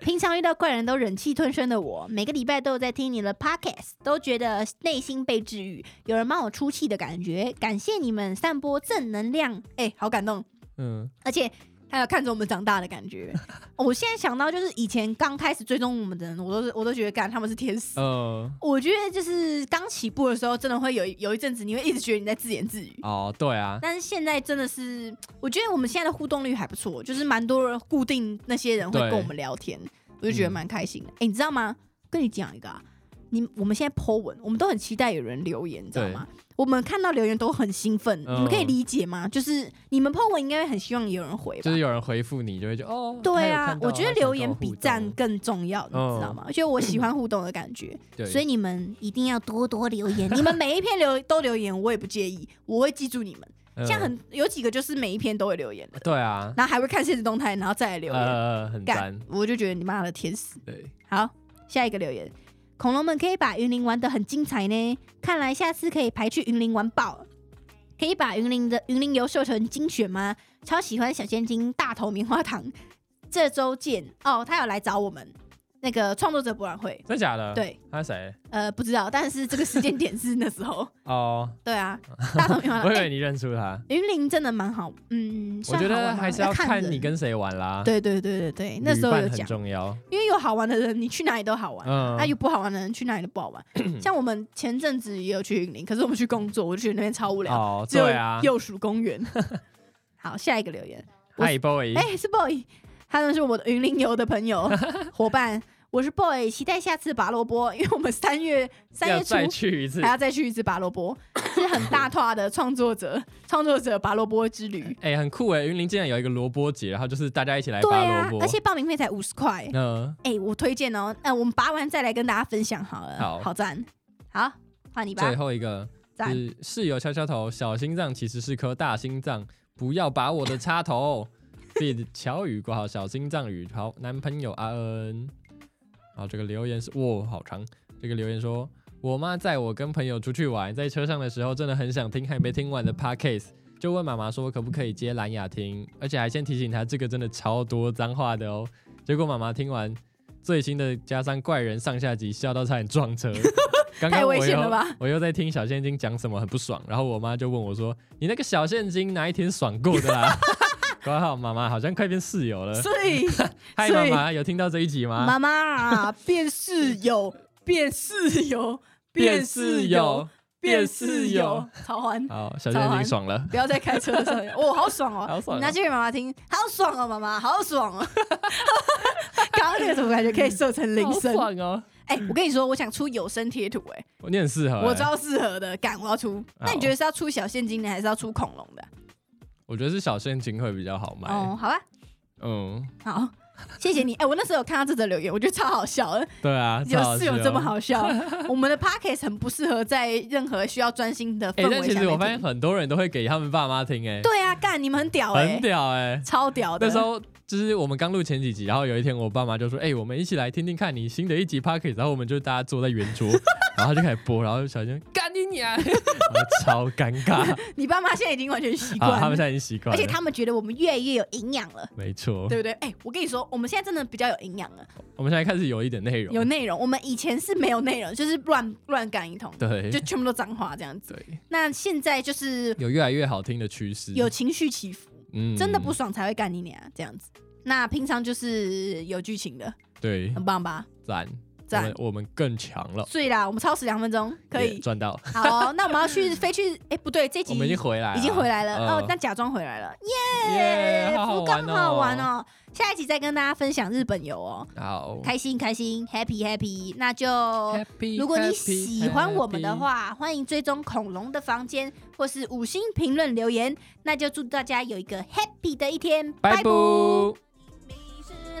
[SPEAKER 4] 平常遇到怪人都忍气吞声的我，每个礼拜都有在听你的 podcast，都觉得内心被治愈，有人帮我出气的感觉。感谢你们散播正能量，哎，好感动，
[SPEAKER 3] 嗯，
[SPEAKER 4] 而且。还有看着我们长大的感觉，我现在想到就是以前刚开始追踪我们的人，我都是我都觉得干他们是天使，
[SPEAKER 3] 呃，
[SPEAKER 4] 我觉得就是刚起步的时候，真的会有有一阵子，你会一直觉得你在自言自语。
[SPEAKER 3] 哦，对啊，
[SPEAKER 4] 但是现在真的是，我觉得我们现在的互动率还不错，就是蛮多人固定那些人会
[SPEAKER 3] 对嗯
[SPEAKER 4] 跟我们聊天，我就觉得蛮开心的。哎、你知道吗？跟你讲一个、啊，你我们现在 Po 文，我们都很期待有人留言，你知道吗？我们看到留言都很兴奋，
[SPEAKER 3] 嗯
[SPEAKER 4] 你们可以理解吗？就是你们 Po 文应该会很希望有人回吧？
[SPEAKER 3] 就是有人回复你，就会觉得哦，
[SPEAKER 4] 对
[SPEAKER 3] 他有
[SPEAKER 4] 啊
[SPEAKER 3] 看，到
[SPEAKER 4] 我觉得
[SPEAKER 3] 他想跟
[SPEAKER 4] 留言
[SPEAKER 3] 我互
[SPEAKER 4] 比
[SPEAKER 3] 动嗯
[SPEAKER 4] 赞更重要，你知道吗？而且我喜欢互动的感觉。
[SPEAKER 3] 对，
[SPEAKER 4] 所以你们一定要多多留言，你们每一篇留都留言，我也不介意，我会记住你们。
[SPEAKER 3] 嗯
[SPEAKER 4] 像很有几个就是每一篇都会留言的，
[SPEAKER 3] 对啊，
[SPEAKER 4] 然后还会看现实动态，然后再来留言，
[SPEAKER 3] 呃，很
[SPEAKER 4] 干
[SPEAKER 3] 赞，、
[SPEAKER 4] 我就觉得你妈的天使。
[SPEAKER 3] 对，
[SPEAKER 4] 好，下一个留言，恐龙们可以把云林玩得很精彩呢，看来下次可以排去云林玩爆了。可以把云林的云林游秀城精选吗？超喜欢小千金大头棉花糖，这周见哦，他有来找我们。那个创作者博览会。
[SPEAKER 3] 真假的？，
[SPEAKER 4] 对，
[SPEAKER 3] 他是谁？
[SPEAKER 4] 呃，不知道，但是这个时间点是那时候，
[SPEAKER 3] 哦，
[SPEAKER 4] 对 啊，大众没玩
[SPEAKER 3] 我
[SPEAKER 4] 了。
[SPEAKER 3] 以
[SPEAKER 4] 哎
[SPEAKER 3] 为你认出他。
[SPEAKER 4] 云林真的蛮好，嗯，
[SPEAKER 3] 我
[SPEAKER 4] 算
[SPEAKER 3] 觉
[SPEAKER 4] 好
[SPEAKER 3] 得
[SPEAKER 4] 玩吗
[SPEAKER 3] 还是要
[SPEAKER 4] 看
[SPEAKER 3] 看
[SPEAKER 4] 人
[SPEAKER 3] 你跟谁玩啦。，
[SPEAKER 4] 对对对对对，那时候有
[SPEAKER 3] 很
[SPEAKER 4] 讲，
[SPEAKER 3] 重要。
[SPEAKER 4] 因为有好玩的人，你去哪里都好玩。
[SPEAKER 3] 嗯，
[SPEAKER 4] 啊，有不好玩的人去哪里都不 好玩。像我们前阵子也有去云林，可是我们去工作，我就觉得那边超无聊，
[SPEAKER 3] 哦，
[SPEAKER 4] 只有
[SPEAKER 3] 对啊，
[SPEAKER 4] 幼鼠公 园。好，下一个留言，我
[SPEAKER 3] 嗨 boy，
[SPEAKER 4] 哎、是 boy，他们是我的云林游的朋 友伙伴，我是 boy，期待下次拔萝卜，因为我们三月三
[SPEAKER 3] 要
[SPEAKER 4] 月
[SPEAKER 3] 再
[SPEAKER 4] 初
[SPEAKER 3] 去一次
[SPEAKER 4] 还。要再去一次拔萝 卜，是很大跨的创作者 创作者拔萝卜之旅。
[SPEAKER 3] 哎、很酷哎！云林竟然有一个萝卜节，然后就是大家一起来
[SPEAKER 4] 对
[SPEAKER 3] 拔
[SPEAKER 4] 啊
[SPEAKER 3] 萝卜。，
[SPEAKER 4] 而且报名费才五十块，
[SPEAKER 3] 嗯，
[SPEAKER 4] 哎、我推荐哦，那、我们拔完再来跟大家分享好了，
[SPEAKER 3] 好
[SPEAKER 4] 赞，好，换你吧
[SPEAKER 3] 最，后一个
[SPEAKER 4] 赞
[SPEAKER 3] 是室友敲敲头，小心脏其实是颗大心脏，不要把我的插头。b 乔语挂号小心脏语，好，男朋友阿恩。然后这个留言是，哇，好长。这个留言说，我妈载我跟朋友出去玩，在车上的时候真的很想听还没听完的 podcast，就问妈妈说可不可以接蓝雅听，而且还先提醒她这个真的超多脏话的哦。结果妈妈听完最新的加上怪人上下集，笑到差点 撞车。刚刚
[SPEAKER 4] 太
[SPEAKER 3] 我
[SPEAKER 4] 危
[SPEAKER 3] 又
[SPEAKER 4] 险了吧？
[SPEAKER 3] 我又在听小现金讲什么很不爽，然后我妈就问我说：“你那个小现金哪一天爽过的啦？” 括号妈妈好像快变室友了。
[SPEAKER 4] 所 以
[SPEAKER 3] 嗨，
[SPEAKER 4] 所
[SPEAKER 3] 妈
[SPEAKER 4] 以
[SPEAKER 3] 妈，有听到这一集吗？
[SPEAKER 4] 妈妈啊，变室 友，变室友，
[SPEAKER 3] 变室友，
[SPEAKER 4] 变室友
[SPEAKER 3] 变，
[SPEAKER 4] 超欢。
[SPEAKER 3] 好，小现金爽了。
[SPEAKER 4] 不要再开车的时候， 哦，好爽哦！
[SPEAKER 3] 好爽
[SPEAKER 4] 你
[SPEAKER 3] 哦
[SPEAKER 4] 拿去给妈妈听，好爽哦，妈妈，好爽哦！ 刚刚那个怎么感觉可以设成铃
[SPEAKER 3] 好
[SPEAKER 4] 声？
[SPEAKER 3] 爽哦！
[SPEAKER 4] 哎、我跟你说，我想出有声贴图、哎、
[SPEAKER 3] 我你很适合欸、
[SPEAKER 4] 我超适合的，赶我要出。那你觉得是要出小现金的，还是要出恐龙的？
[SPEAKER 3] 我觉得是小现金会比较好卖。
[SPEAKER 4] 哦，好吧，
[SPEAKER 3] 嗯，
[SPEAKER 4] 好，谢谢你。哎、我那时候有看到这则留言，我觉得超好笑的，
[SPEAKER 3] 对啊，
[SPEAKER 4] 有
[SPEAKER 3] 超好
[SPEAKER 4] 是
[SPEAKER 3] 笑
[SPEAKER 4] 有这么。好 笑。我们的 podcast 很不适合在任何需要专心的氛
[SPEAKER 3] 哎、
[SPEAKER 4] 围
[SPEAKER 3] 但
[SPEAKER 4] 下
[SPEAKER 3] 其
[SPEAKER 4] 面
[SPEAKER 3] 实我发现
[SPEAKER 4] 听
[SPEAKER 3] 很多人都会给他们爸妈听、欸，
[SPEAKER 4] 对啊，干你们很屌哎、
[SPEAKER 3] 很屌哎、
[SPEAKER 4] 超屌的。
[SPEAKER 3] 那时候就是我们刚录前几集，然后有一天我爸妈就说：“哎、我们一起来听听看你新的一集 p o c k e t 然后我们就大家坐在圆 桌，然后就开始播，然后小新干你娘，然后超尴 尬。
[SPEAKER 4] 你爸妈现在已经完全习惯
[SPEAKER 3] 啊，
[SPEAKER 4] 了，
[SPEAKER 3] 他们现在已经习惯
[SPEAKER 4] 而
[SPEAKER 3] 了，
[SPEAKER 4] 且他们觉得我们越来越有营养了。
[SPEAKER 3] 没错。
[SPEAKER 4] 对不对？哎、我跟你说，我们现在真的比较有营养了，
[SPEAKER 3] 我们现在开始有一点内容，
[SPEAKER 4] 有内容。我们以前是没有内容，就是乱乱干一通，
[SPEAKER 3] 对
[SPEAKER 4] 就全部都脏话这样子。
[SPEAKER 3] 对，
[SPEAKER 4] 那现在就是
[SPEAKER 3] 有越来越好听的趋势，
[SPEAKER 4] 有情绪起伏，
[SPEAKER 3] 嗯
[SPEAKER 4] 真的不爽才会干你娘这样子。那平常就是有剧情的，
[SPEAKER 3] 对，
[SPEAKER 4] 很棒吧？
[SPEAKER 3] 赞
[SPEAKER 4] 赞
[SPEAKER 3] 我们我们更强了，
[SPEAKER 4] 所以啦，我们超时两分钟，可
[SPEAKER 3] 也
[SPEAKER 4] 以。
[SPEAKER 3] 赚到，
[SPEAKER 4] 好哦、那我们要 去飞去，哎、不对，这集
[SPEAKER 3] 我们已经回来了，
[SPEAKER 4] 已经回来了、
[SPEAKER 3] 嗯
[SPEAKER 4] 哦，那假装回来了，耶、
[SPEAKER 3] 耶，好好
[SPEAKER 4] 福
[SPEAKER 3] 玩
[SPEAKER 4] 冈
[SPEAKER 3] 哦，
[SPEAKER 4] 好好玩，哦！下一集再跟大家分享日本游哦，
[SPEAKER 3] 好
[SPEAKER 4] 开心开心，happy happy。那就
[SPEAKER 3] ，Happy，
[SPEAKER 4] 如果你
[SPEAKER 3] happy，
[SPEAKER 4] 喜欢我们的
[SPEAKER 3] happy
[SPEAKER 4] 话，欢迎追踪恐龙的房间或是五星评论留言。那就祝大家有一个 happy 的一天，
[SPEAKER 3] 拜
[SPEAKER 4] 拜拜。
[SPEAKER 3] 拜。
[SPEAKER 2] 迷失